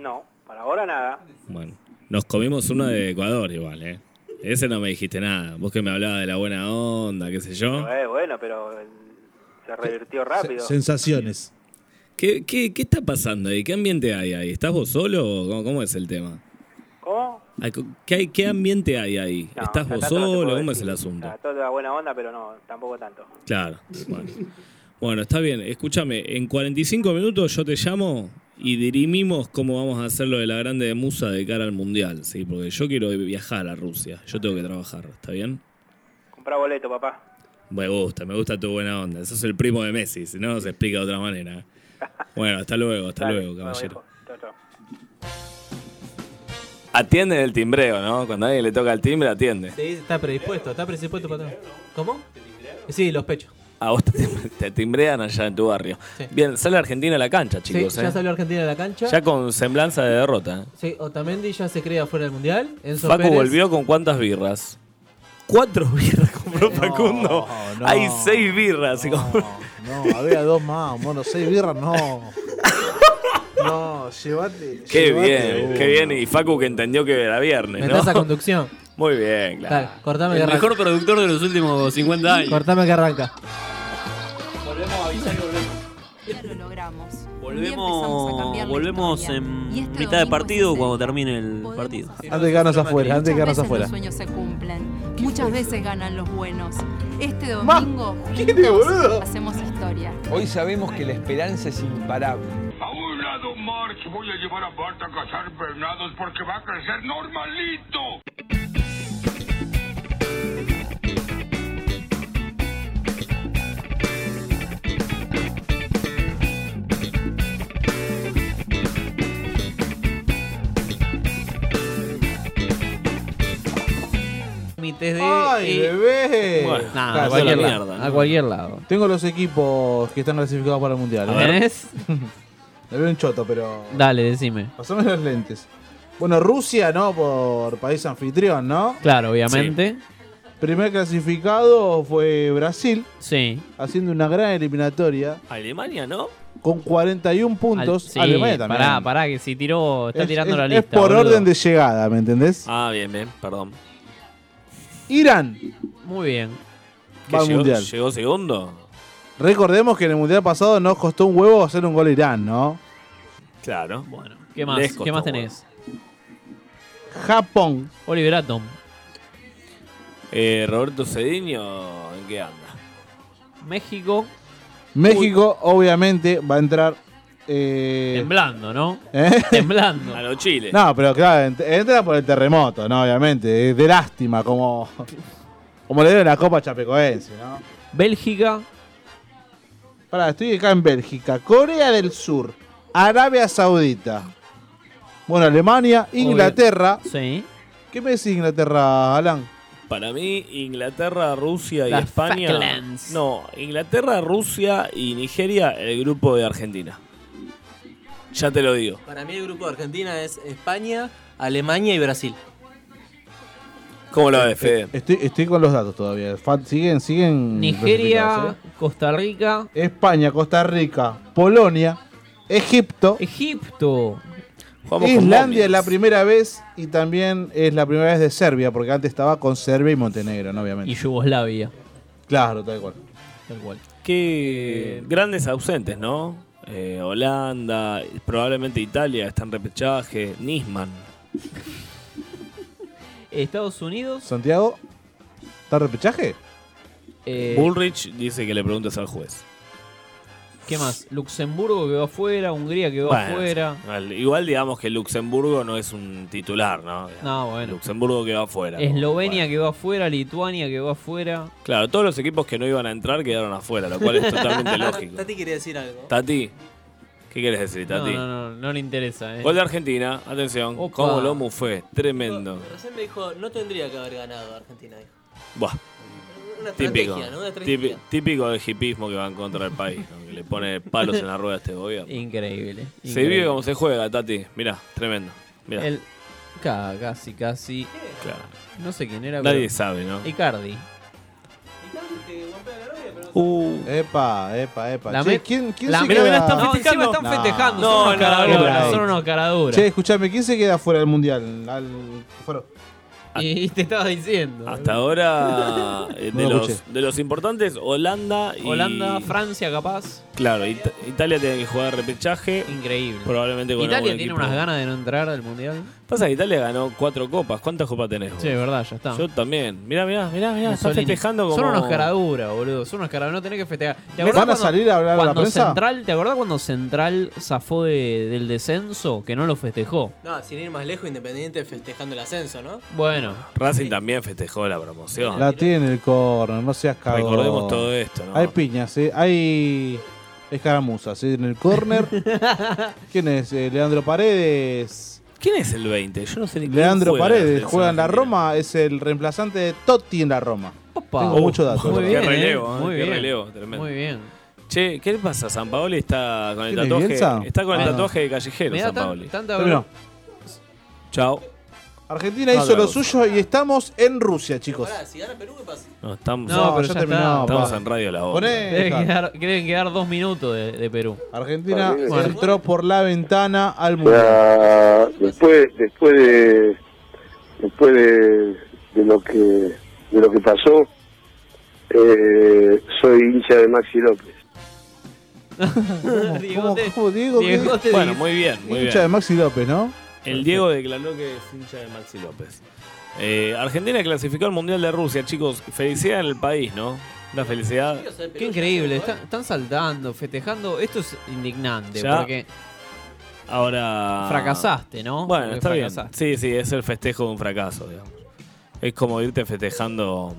[SPEAKER 5] No, para ahora nada.
[SPEAKER 9] Bueno, nos comimos una de Ecuador igual, ¿eh? Ese no me dijiste nada. Vos que me hablabas de la buena onda, qué sé yo.
[SPEAKER 5] Eh, bueno, pero eh, se revirtió rápido.
[SPEAKER 6] Sensaciones.
[SPEAKER 9] ¿Qué, qué, qué está pasando ahí? ¿Qué ambiente hay ahí? ¿Estás vos solo o cómo, cómo es el tema?
[SPEAKER 5] ¿Cómo?
[SPEAKER 9] Ay, co- ¿Qué, hay- qué ambiente hay ahí?
[SPEAKER 5] No,
[SPEAKER 9] ¿Estás
[SPEAKER 5] hasta tanto no
[SPEAKER 9] vos
[SPEAKER 5] te
[SPEAKER 9] solo?
[SPEAKER 5] puedo
[SPEAKER 9] ¿Cómo es
[SPEAKER 5] decir.
[SPEAKER 9] el asunto?
[SPEAKER 5] Ah, todo da buena onda, pero no, tampoco tanto.
[SPEAKER 9] Claro. Bueno. Bueno, está bien. Escúchame, en 45 minutos yo te llamo y dirimimos cómo vamos a hacer lo de la grande de Musa de cara al mundial, ¿sí? Porque yo quiero viajar a Rusia. Yo tengo que trabajar, ¿está bien?
[SPEAKER 5] Comprá boleto, papá.
[SPEAKER 9] Me gusta, me gusta tu buena onda. Sos el primo de Messi, si no, se explica de
[SPEAKER 5] (laughs)
[SPEAKER 9] otra manera. Bueno, hasta luego, hasta luego, caballero.
[SPEAKER 5] Chau, chau.
[SPEAKER 9] Atiende el timbreo, ¿no? Cuando alguien le toca el timbre, atiende.
[SPEAKER 7] Sí, está predispuesto, está predispuesto para todo. ¿Cómo? Sí, los pechos.
[SPEAKER 9] A vos (laughs) te, te timbrean allá en tu barrio. Bien, sale Argentina a la cancha, chicos.
[SPEAKER 7] sí,
[SPEAKER 9] ¿eh?
[SPEAKER 7] ya salió Argentina de la cancha.
[SPEAKER 9] Ya con semblanza de derrota.
[SPEAKER 7] Sí, Otamendi ya se cree afuera del mundial. Enzo
[SPEAKER 9] Facu
[SPEAKER 7] Pérez-
[SPEAKER 9] volvió con cuántas birras? Cuatro birras (laughs) compró Facundo.
[SPEAKER 6] no.
[SPEAKER 9] Hay seis birras. se compró.
[SPEAKER 6] No, había dos más, mono, seis birras, no. No, llévate.
[SPEAKER 9] Qué
[SPEAKER 6] llévate
[SPEAKER 9] bien,
[SPEAKER 6] una.
[SPEAKER 9] qué bien. Y Facu que entendió que era viernes,
[SPEAKER 7] Me das a
[SPEAKER 9] ¿no?
[SPEAKER 7] conducción.
[SPEAKER 9] Muy bien, claro.
[SPEAKER 7] Dale, cortame que
[SPEAKER 3] El
[SPEAKER 7] arranca.
[SPEAKER 3] mejor productor de los últimos 50 años.
[SPEAKER 7] Cortame que arranca.
[SPEAKER 31] Lo logramos.
[SPEAKER 32] Volvemos, volvemos en
[SPEAKER 31] este
[SPEAKER 32] mitad de partido cuando termine el partido.
[SPEAKER 6] Antes ganas afuera, antes
[SPEAKER 31] Muchas
[SPEAKER 6] ganas
[SPEAKER 31] veces
[SPEAKER 6] afuera.
[SPEAKER 31] los sueños se cumplen. Muchas veces ganan los buenos. Este
[SPEAKER 6] Ma,
[SPEAKER 31] domingo
[SPEAKER 6] ¿quién es,
[SPEAKER 31] juntos,
[SPEAKER 6] boludo?
[SPEAKER 31] hacemos historia.
[SPEAKER 33] Hoy sabemos que la esperanza es imparable.
[SPEAKER 4] A un lado, March, voy a llevar a Bart a cazar venados porque va a crecer normalito.
[SPEAKER 29] Mitad
[SPEAKER 7] antes de.
[SPEAKER 6] ¡Ay,
[SPEAKER 7] y-
[SPEAKER 6] bebé!
[SPEAKER 7] Bueno, nada,
[SPEAKER 6] Claro,
[SPEAKER 7] a cualquier
[SPEAKER 6] la
[SPEAKER 7] lado.
[SPEAKER 6] mierda.
[SPEAKER 7] A cualquier lado.
[SPEAKER 6] Tengo los equipos que están clasificados para el mundial. ¿eh?
[SPEAKER 7] A ver. ¿Tenés?
[SPEAKER 6] Le veo un choto, pero.
[SPEAKER 7] Dale, decime.
[SPEAKER 6] Pasame los lentes. Bueno, Rusia, ¿no? Por país anfitrión, ¿no?
[SPEAKER 7] Claro, obviamente.
[SPEAKER 6] Primer clasificado fue Brasil.
[SPEAKER 7] Sí.
[SPEAKER 6] Haciendo una gran eliminatoria.
[SPEAKER 3] Alemania, ¿no?
[SPEAKER 6] Con 41 puntos.
[SPEAKER 7] Al- sí,
[SPEAKER 6] Alemania también.
[SPEAKER 7] Pará, pará, que si tiró. Está
[SPEAKER 6] Es-
[SPEAKER 7] tirando
[SPEAKER 6] es-
[SPEAKER 7] la
[SPEAKER 6] es
[SPEAKER 7] lista.
[SPEAKER 6] por
[SPEAKER 7] boludo.
[SPEAKER 6] orden de llegada, ¿me entendés?
[SPEAKER 3] Ah, bien, bien, perdón.
[SPEAKER 6] Irán.
[SPEAKER 7] Muy bien.
[SPEAKER 3] ¿Qué
[SPEAKER 6] Va al
[SPEAKER 3] llegó,
[SPEAKER 6] mundial.
[SPEAKER 3] ¿Llegó segundo?
[SPEAKER 6] Recordemos que en el mundial pasado nos costó un huevo hacer un gol a Irán, ¿no?
[SPEAKER 3] Claro. Bueno,
[SPEAKER 7] ¿Qué más?
[SPEAKER 3] Les costó,
[SPEAKER 7] ¿Qué más
[SPEAKER 3] bueno.
[SPEAKER 7] tenés?
[SPEAKER 6] Japón.
[SPEAKER 7] Oliver Atom.
[SPEAKER 3] Eh, Roberto Cediño, ¿en qué anda?
[SPEAKER 7] México.
[SPEAKER 6] México, obviamente, va a entrar. eh,
[SPEAKER 7] Temblando, ¿no?
[SPEAKER 6] ¿Eh?
[SPEAKER 7] Temblando.
[SPEAKER 3] A los Chile.
[SPEAKER 6] No, pero claro, ent- entra por el terremoto, ¿no? Obviamente. Es de lástima, como. Como le dieron la copa a Chapecoense, ¿no?
[SPEAKER 7] Bélgica.
[SPEAKER 6] Pará, estoy acá en Bélgica. Corea del Sur. Arabia Saudita. Bueno, Alemania, Inglaterra.
[SPEAKER 7] Sí.
[SPEAKER 6] ¿Qué me decís Inglaterra, Alan?
[SPEAKER 3] Para mí, Inglaterra, Rusia y
[SPEAKER 6] Las
[SPEAKER 3] España.
[SPEAKER 6] Falklands.
[SPEAKER 3] No, Inglaterra, Rusia y Nigeria, el grupo de Argentina. Ya te lo digo.
[SPEAKER 9] Para mí el grupo de Argentina es España, Alemania y Brasil.
[SPEAKER 3] ¿Cómo lo ves, Fede?
[SPEAKER 6] Estoy, estoy con los datos todavía. Fa- siguen, siguen.
[SPEAKER 7] Nigeria,
[SPEAKER 6] clasificados,
[SPEAKER 7] Costa Rica.
[SPEAKER 6] ¿eh? España, Costa Rica, Polonia, Egipto.
[SPEAKER 7] Egipto.
[SPEAKER 6] Islandia es la primera vez y también es la primera vez de Serbia, porque antes estaba con Serbia y Montenegro, ¿no? obviamente.
[SPEAKER 7] Y Yugoslavia.
[SPEAKER 6] Claro, tal cual.
[SPEAKER 7] Tal cual.
[SPEAKER 3] Qué grandes ausentes, ¿no? Eh, Holanda, probablemente Italia, está en repechaje. Nisman.
[SPEAKER 7] Estados Unidos.
[SPEAKER 6] Santiago, ¿está en repechaje?
[SPEAKER 7] eh,
[SPEAKER 3] Bullrich dice que le preguntes al juez.
[SPEAKER 7] ¿Qué más? Luxemburgo quedó afuera. Hungría quedó
[SPEAKER 3] Bueno,
[SPEAKER 7] afuera.
[SPEAKER 3] al- Igual digamos que Luxemburgo no es un titular, ¿no?
[SPEAKER 7] No, bueno.
[SPEAKER 3] Luxemburgo quedó afuera. ¿no?
[SPEAKER 7] Eslovenia quedó afuera. Lituania quedó afuera.
[SPEAKER 3] Claro, todos los equipos que no iban a entrar quedaron afuera, lo cual es
[SPEAKER 7] (laughs)
[SPEAKER 3] totalmente lógico.
[SPEAKER 9] Tati quería decir algo.
[SPEAKER 3] Tati, ¿qué quieres decir,
[SPEAKER 7] No,
[SPEAKER 3] Tati?
[SPEAKER 7] no, no, no le interesa. eh.
[SPEAKER 3] Gol de Argentina, atención,
[SPEAKER 7] Opa.
[SPEAKER 3] cómo lo mufé, tremendo.
[SPEAKER 9] Recién me dijo, no tendría que haber ganado Argentina. dijo.
[SPEAKER 3] Buah,
[SPEAKER 9] Una
[SPEAKER 3] típico.
[SPEAKER 9] estrategia, ¿no? Una estrategia.
[SPEAKER 3] Típi- Típico del hipismo que va en contra del país, ¿no? que le pone palos en la rueda a este gobierno.
[SPEAKER 7] Increíble.
[SPEAKER 3] Se vive como se juega, Tati. Mirá, tremendo. Mirá.
[SPEAKER 7] El- Ca- casi, casi. No sé quién era.
[SPEAKER 3] Nadie
[SPEAKER 7] pero-
[SPEAKER 3] sabe, ¿no?
[SPEAKER 7] Icardi.
[SPEAKER 6] Epa, epa, epa.
[SPEAKER 7] La
[SPEAKER 6] Che,
[SPEAKER 7] me-
[SPEAKER 6] ¿quién, quién
[SPEAKER 7] la
[SPEAKER 6] se
[SPEAKER 7] me-
[SPEAKER 6] queda?
[SPEAKER 7] mirá, están No, festejando. encima están festejando, son unos caraduras,
[SPEAKER 6] bravo.
[SPEAKER 7] son unos caraduras.
[SPEAKER 6] Che, escuchame, ¿quién se queda fuera del mundial? Al- fuera-
[SPEAKER 7] Y, y te estaba diciendo.
[SPEAKER 3] Hasta ahora, eh,
[SPEAKER 6] No
[SPEAKER 3] de,
[SPEAKER 6] lo
[SPEAKER 3] los,
[SPEAKER 6] escuché.
[SPEAKER 3] de los importantes, Holanda y.
[SPEAKER 7] Holanda, Francia capaz.
[SPEAKER 3] Claro, It- Italia tiene que jugar repechaje.
[SPEAKER 7] Increíble.
[SPEAKER 3] Probablemente con
[SPEAKER 7] Italia
[SPEAKER 3] algún
[SPEAKER 7] tiene
[SPEAKER 3] equipo.
[SPEAKER 7] unas ganas de no entrar al mundial.
[SPEAKER 3] Pasa que Italia ganó cuatro copas. ¿Cuántas copas tenés? vos?
[SPEAKER 7] Sí, es verdad, ya está.
[SPEAKER 3] Yo también. Mirá, mirá, mirá, mirá. Está
[SPEAKER 7] Mussolini.
[SPEAKER 3] festejando como.
[SPEAKER 7] Son unos caraduras, boludo. Son unos caraduras. No tenés que festejar. ¿Te
[SPEAKER 6] ¿Van
[SPEAKER 7] acordás
[SPEAKER 6] a
[SPEAKER 7] cuando-
[SPEAKER 6] salir a hablar a la
[SPEAKER 7] cuando
[SPEAKER 6] prensa?
[SPEAKER 7] Central, ¿Te acordás cuando Central zafó de- del descenso? Que no lo festejó.
[SPEAKER 9] No, sin ir más lejos, Independiente festejando el ascenso, ¿no?
[SPEAKER 7] Bueno.
[SPEAKER 3] Racing también festejó la
[SPEAKER 5] Ah,
[SPEAKER 3] promoción.
[SPEAKER 6] La tiene el corner, no seas cagón.
[SPEAKER 3] Recordemos todo esto, ¿no?
[SPEAKER 6] Hay piñas, ¿eh? hay escaramuzas ¿eh? en el
[SPEAKER 5] (laughs)
[SPEAKER 6] corner. ¿Quién es? Eh, Leandro Paredes.
[SPEAKER 3] ¿Quién es el 20? Yo no sé ni quién
[SPEAKER 6] Leandro
[SPEAKER 3] juega la
[SPEAKER 6] Paredes
[SPEAKER 3] selección
[SPEAKER 6] juega en la
[SPEAKER 3] argentina.
[SPEAKER 6] Roma, es el reemplazante de Totti en la Roma.
[SPEAKER 7] Opa.
[SPEAKER 6] Tengo muchos datos.
[SPEAKER 7] Muy
[SPEAKER 3] Qué
[SPEAKER 7] bien,
[SPEAKER 3] relevo,
[SPEAKER 7] eh.
[SPEAKER 3] ¿eh?
[SPEAKER 7] Muy
[SPEAKER 3] Qué
[SPEAKER 7] bien.
[SPEAKER 3] relevo, tremendo.
[SPEAKER 7] Muy bien.
[SPEAKER 3] Che, ¿qué le pasa? San Paoli está con el
[SPEAKER 6] ¿Quién es,
[SPEAKER 3] tatuaje.
[SPEAKER 6] Bielsa?
[SPEAKER 3] Está con el
[SPEAKER 6] Ah, no.
[SPEAKER 3] tatuaje de callejero,
[SPEAKER 7] Me da
[SPEAKER 3] San
[SPEAKER 7] tan-
[SPEAKER 3] Paoli.
[SPEAKER 7] tanta
[SPEAKER 6] Terminó.
[SPEAKER 3] Chao.
[SPEAKER 6] Argentina
[SPEAKER 3] No,
[SPEAKER 6] hizo lo
[SPEAKER 3] claro.
[SPEAKER 6] suyo y estamos en Rusia, chicos.
[SPEAKER 3] No, estamos,
[SPEAKER 7] No, pero ya está.
[SPEAKER 3] estamos
[SPEAKER 6] pa.
[SPEAKER 3] en Radio La Voz.
[SPEAKER 6] Poné-
[SPEAKER 7] Deben quedar, deben quedar dos minutos de, de Perú.
[SPEAKER 6] Argentina
[SPEAKER 7] Bueno.
[SPEAKER 6] entró por la ventana al
[SPEAKER 5] O
[SPEAKER 6] mundial.
[SPEAKER 5] sea, después después de después de, de lo que de lo que pasó eh, soy hincha de Maxi López
[SPEAKER 6] ¿Cómo, cómo, Diego? ¿Qué-
[SPEAKER 3] Bueno, muy bien, muy
[SPEAKER 6] este Hincha de
[SPEAKER 3] bien.
[SPEAKER 6] Maxi López, ¿no?
[SPEAKER 3] El Diego declaró que es hincha de Maxi López. Eh, Argentina clasificó al Mundial de Rusia, chicos. Felicidad en el país, ¿no? La felicidad.
[SPEAKER 7] Qué increíble, está- están saltando, festejando. Esto es indignante
[SPEAKER 3] Ya.
[SPEAKER 7] porque
[SPEAKER 3] Ahora.
[SPEAKER 7] fracasaste, ¿no?
[SPEAKER 3] Bueno,
[SPEAKER 7] Porque
[SPEAKER 3] está bien. Sí,
[SPEAKER 7] fracasaste.
[SPEAKER 3] sí, es el festejo de un fracaso, digamos. Es como irte festejando.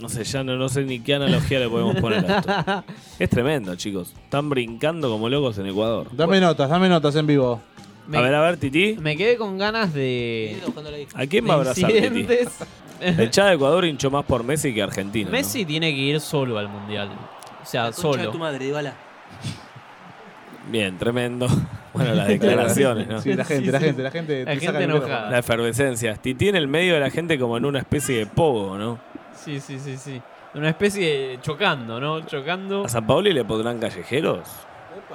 [SPEAKER 3] No sé, ya no, no sé ni qué analogía le podemos poner a
[SPEAKER 5] (laughs)
[SPEAKER 3] esto. Es tremendo, chicos. Están brincando como locos en Ecuador.
[SPEAKER 6] Dame notas, dame notas en vivo.
[SPEAKER 7] Me-
[SPEAKER 3] A ver, a ver, Titi.
[SPEAKER 7] Me quedé con ganas de. (laughs)
[SPEAKER 3] ¿A quién va a abrazar, Titi?
[SPEAKER 5] (laughs)
[SPEAKER 7] incidentes
[SPEAKER 5] El hinchada de Ecuador hinchó más por Messi que Argentina. ¿no?
[SPEAKER 7] Messi tiene que ir solo al mundial. O sea,
[SPEAKER 15] Concha de
[SPEAKER 7] solo.
[SPEAKER 15] tu madre, Dybala.
[SPEAKER 5] Bien, tremendo. (laughs) Bueno, las declaraciones, ¿no?
[SPEAKER 6] Sí, la gente, la gente, la gente. te saca el micrófono.
[SPEAKER 5] La efervescencia. Titi en el medio de la gente como en una especie de pogo, ¿no?
[SPEAKER 7] Sí, sí, sí, sí. Una especie de chocando, ¿no? Chocando.
[SPEAKER 5] ¿A San Paoli le pondrán callejeros?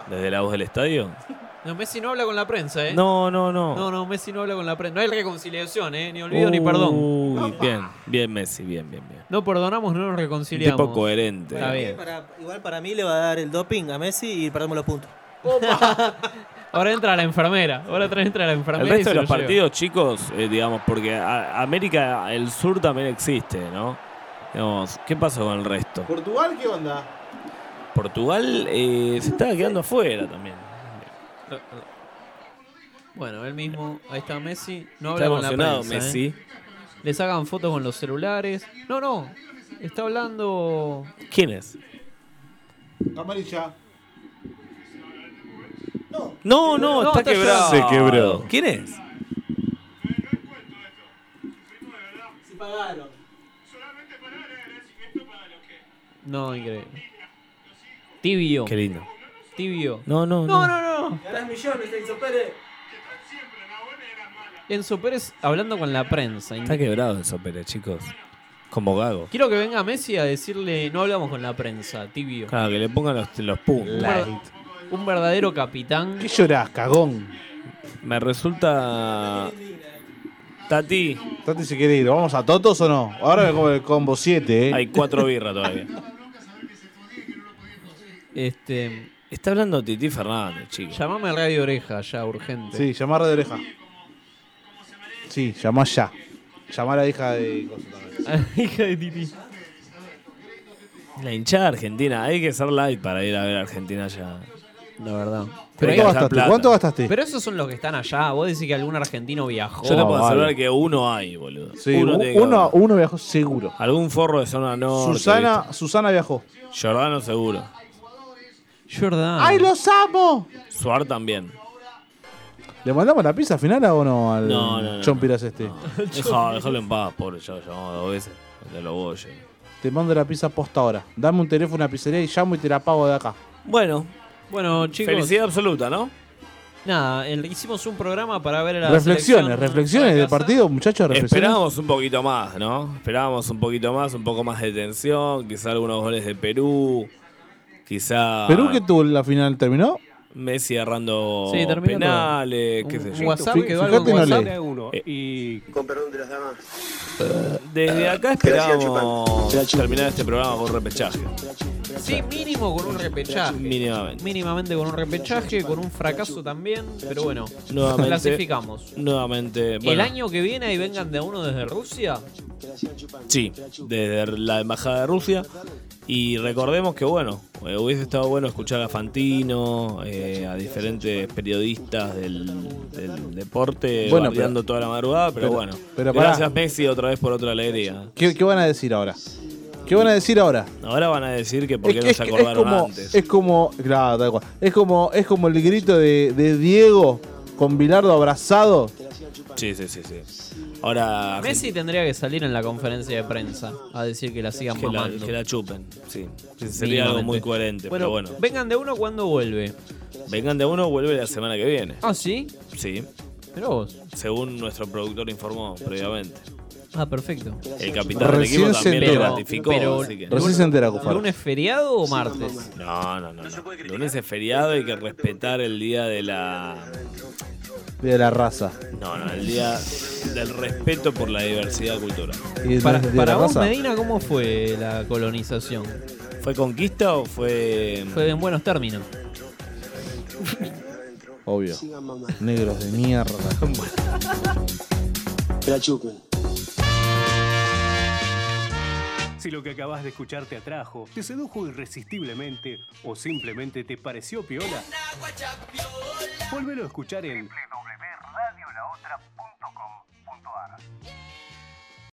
[SPEAKER 5] ¿Desde la voz del estadio?
[SPEAKER 7] No, Messi no habla con la prensa, ¿eh?
[SPEAKER 5] No, no, no.
[SPEAKER 7] No, no, Messi no habla con la prensa. No hay reconciliación, ¿eh? Ni olvido ni perdón.
[SPEAKER 5] Uy, bien, bien Messi, bien, bien, bien.
[SPEAKER 7] No perdonamos, no nos
[SPEAKER 5] Un
[SPEAKER 7] reconciliamos.
[SPEAKER 5] tipo coherente.
[SPEAKER 7] Está bien.
[SPEAKER 2] Para- igual para mí le va a dar el doping a Messi y perdemos los puntos.
[SPEAKER 7] Ahora entra la enfermera. Ahora otra vez entra la enfermera.
[SPEAKER 5] El
[SPEAKER 7] y
[SPEAKER 5] resto
[SPEAKER 7] se
[SPEAKER 5] de los
[SPEAKER 7] lo lleva.
[SPEAKER 5] partidos, chicos, eh, digamos, porque a- América, el sur también existe, ¿no? Digamos, ¿qué pasó con el resto?
[SPEAKER 6] ¿Portugal qué onda?
[SPEAKER 5] Portugal eh, se estaba quedando afuera también.
[SPEAKER 7] Bueno, él mismo. Ahí está Messi. No
[SPEAKER 5] Está
[SPEAKER 7] habla con la
[SPEAKER 5] emocionado,
[SPEAKER 7] prensa.
[SPEAKER 5] Messi.
[SPEAKER 7] ¿eh? Le sacan fotos con los celulares. No, no. Está hablando.
[SPEAKER 5] ¿Quién es?
[SPEAKER 6] Amarilla.
[SPEAKER 5] No, Ah, no,
[SPEAKER 6] No,
[SPEAKER 5] está,
[SPEAKER 6] está
[SPEAKER 5] quebrado.
[SPEAKER 6] llorando. Se quebró.
[SPEAKER 5] ¿Quién es?
[SPEAKER 2] Si pagaron.
[SPEAKER 7] No, increíble. Tibio.
[SPEAKER 5] Qué lindo.
[SPEAKER 7] Tibio.
[SPEAKER 5] No, no,
[SPEAKER 7] No,
[SPEAKER 5] no.
[SPEAKER 7] no, no.
[SPEAKER 2] Ganás millones, Enzo Pérez.
[SPEAKER 7] Enzo Pérez hablando con la prensa.
[SPEAKER 5] Está quebrado Enzo Pérez, chicos. Como gago.
[SPEAKER 7] Quiero que venga Messi a decirle, no hablamos con la prensa, tibio.
[SPEAKER 5] Claro, Ah, que le pongan los, los puntos.
[SPEAKER 7] Un ver- Un verdadero capitán.
[SPEAKER 6] ¿Qué llorás, cagón?
[SPEAKER 5] Me resulta. Tati.
[SPEAKER 6] Tati se quiere ir. ¿Vamos a Totos o no? Ahora me como el combo 7, ¿eh?
[SPEAKER 5] Hay cuatro birras todavía.
[SPEAKER 7] Este.
[SPEAKER 5] Está hablando Titi Fernández, chicos.
[SPEAKER 7] Llamame a Radio Oreja ya, urgente. (laughs)
[SPEAKER 6] Sí, llamar de oreja. Sí, llamá ya. Llamá a la hija de. cosa también.
[SPEAKER 7] Hija de Titi.
[SPEAKER 5] La hinchada argentina. Hay que ser light para ir a ver a Argentina allá.
[SPEAKER 7] La verdad.
[SPEAKER 6] Pero ¿Cuánto gastaste? ¿Cuánto gastaste?
[SPEAKER 7] Pero esos son los que están allá. Vos decís que algún argentino viajó.
[SPEAKER 5] Yo te puedo
[SPEAKER 6] vale.
[SPEAKER 5] asegurar que uno hay, boludo.
[SPEAKER 6] Sí,
[SPEAKER 5] uno,
[SPEAKER 6] u-
[SPEAKER 5] tiene que
[SPEAKER 6] uno,
[SPEAKER 5] haber.
[SPEAKER 6] uno viajó seguro.
[SPEAKER 5] Algún forro de zona norte.
[SPEAKER 6] Susana, Susana viajó.
[SPEAKER 5] ¿viste? Giordano seguro. Ah.
[SPEAKER 7] Jordan.
[SPEAKER 6] ¡Ay, los amo!
[SPEAKER 5] Suar
[SPEAKER 7] (laughs)
[SPEAKER 5] también.
[SPEAKER 6] ¿Le mandamos la pizza final o no al
[SPEAKER 5] No, no, no,
[SPEAKER 6] Chompiras este?
[SPEAKER 5] Dejá- Dejalo en paz, pobre. Yo lo llamamos dos veces. De los Goyes.
[SPEAKER 6] Te mando la pizza posta ahora. Dame un teléfono a la pizzería y llamo y te la pago de acá.
[SPEAKER 5] Bueno.
[SPEAKER 7] Bueno, chicos.
[SPEAKER 5] Felicidad absoluta, ¿no?
[SPEAKER 7] Nada, el- hicimos un programa para ver a la
[SPEAKER 6] Reflexiones,
[SPEAKER 7] selección.
[SPEAKER 6] reflexiones del partido, muchachos, reflexiones.
[SPEAKER 5] Esperábamos un poquito más, ¿no? Esperábamos un poquito más, un poco más de tensión. Quizá algunos goles de Perú. Quizá.
[SPEAKER 3] Ah.
[SPEAKER 6] Perú que tuvo la final, ¿terminó?
[SPEAKER 5] Messi errando
[SPEAKER 7] Sí, terminó
[SPEAKER 5] penales, qué sé yo.
[SPEAKER 7] WhatsApp
[SPEAKER 6] Fí-
[SPEAKER 7] quedó algo
[SPEAKER 6] fíjate,
[SPEAKER 7] en
[SPEAKER 6] no
[SPEAKER 7] WhatsApp.
[SPEAKER 6] leí.
[SPEAKER 5] Y
[SPEAKER 34] Con perdón de las damas.
[SPEAKER 5] desde acá esperamos terminar este programa con un repechaje.
[SPEAKER 7] Sí, mínimo con un repechaje. (laughs)
[SPEAKER 5] Mínimamente.
[SPEAKER 7] Mínimamente con un repechaje, con un fracaso también, pero bueno,
[SPEAKER 5] Nuevamente.
[SPEAKER 7] clasificamos.
[SPEAKER 5] Nuevamente. bueno,
[SPEAKER 7] El año que viene y vengan de a uno desde Rusia,
[SPEAKER 5] Sí, desde la embajada de Rusia. Y recordemos que, bueno, eh, hubiese estado bueno escuchar a Fantino, eh, a diferentes periodistas del, del deporte,
[SPEAKER 6] Bueno,
[SPEAKER 5] bardeando toda la madrugada, pero,
[SPEAKER 6] pero-
[SPEAKER 5] bueno.
[SPEAKER 6] pero pará.
[SPEAKER 5] gracias, Messi, otra vez por otra alegría.
[SPEAKER 6] ¿Qué, qué van a decir ahora? ¿Qué van a decir ahora?
[SPEAKER 5] Ahora van a decir que por qué no
[SPEAKER 6] es,
[SPEAKER 5] se
[SPEAKER 6] es
[SPEAKER 5] acordaron
[SPEAKER 6] como,
[SPEAKER 5] antes.
[SPEAKER 6] es como, claro, tal cual. Es como, es como el grito de, de Diego con Bilardo abrazado.
[SPEAKER 5] Sí, sí, sí, sí. Ahora.
[SPEAKER 7] Messi tendría que salir en la conferencia de prensa a decir que la sigan
[SPEAKER 5] que la,
[SPEAKER 7] mamando.
[SPEAKER 5] que la chupen, sí. Sí, Sería algo
[SPEAKER 7] Mínimamente.
[SPEAKER 5] muy coherente, pero bueno.
[SPEAKER 7] Vengan de a uno cuando vuelve.
[SPEAKER 5] Vengan de a uno, vuelve la semana que viene.
[SPEAKER 7] Ah, sí.
[SPEAKER 5] Sí,
[SPEAKER 7] Pero vos.
[SPEAKER 5] según nuestro productor informó previamente.
[SPEAKER 7] Ah, perfecto.
[SPEAKER 5] El capitán del equipo también lo ratificó. así que-
[SPEAKER 6] Recién se entera, Cufaro.
[SPEAKER 7] ¿Lunes feriado o martes?
[SPEAKER 5] No, no, no. no. Lunes es feriado, hay que respetar el día de la.
[SPEAKER 6] De la raza.
[SPEAKER 5] No, no, el día del respeto por la diversidad cultural.
[SPEAKER 6] Y de-
[SPEAKER 7] Para,
[SPEAKER 6] de
[SPEAKER 7] para
[SPEAKER 6] la
[SPEAKER 7] vos,
[SPEAKER 6] raza.
[SPEAKER 7] Medina, ¿cómo fue la colonización?
[SPEAKER 5] ¿Fue conquista o fue.?
[SPEAKER 7] Fue en buenos términos.
[SPEAKER 6] Obvio. Negros de
[SPEAKER 7] (laughs)
[SPEAKER 6] mierda.
[SPEAKER 34] La chupen.
[SPEAKER 3] Si lo que acabas de escuchar te atrajo, te sedujo irresistiblemente o simplemente te pareció piola, vuélvelo a escuchar en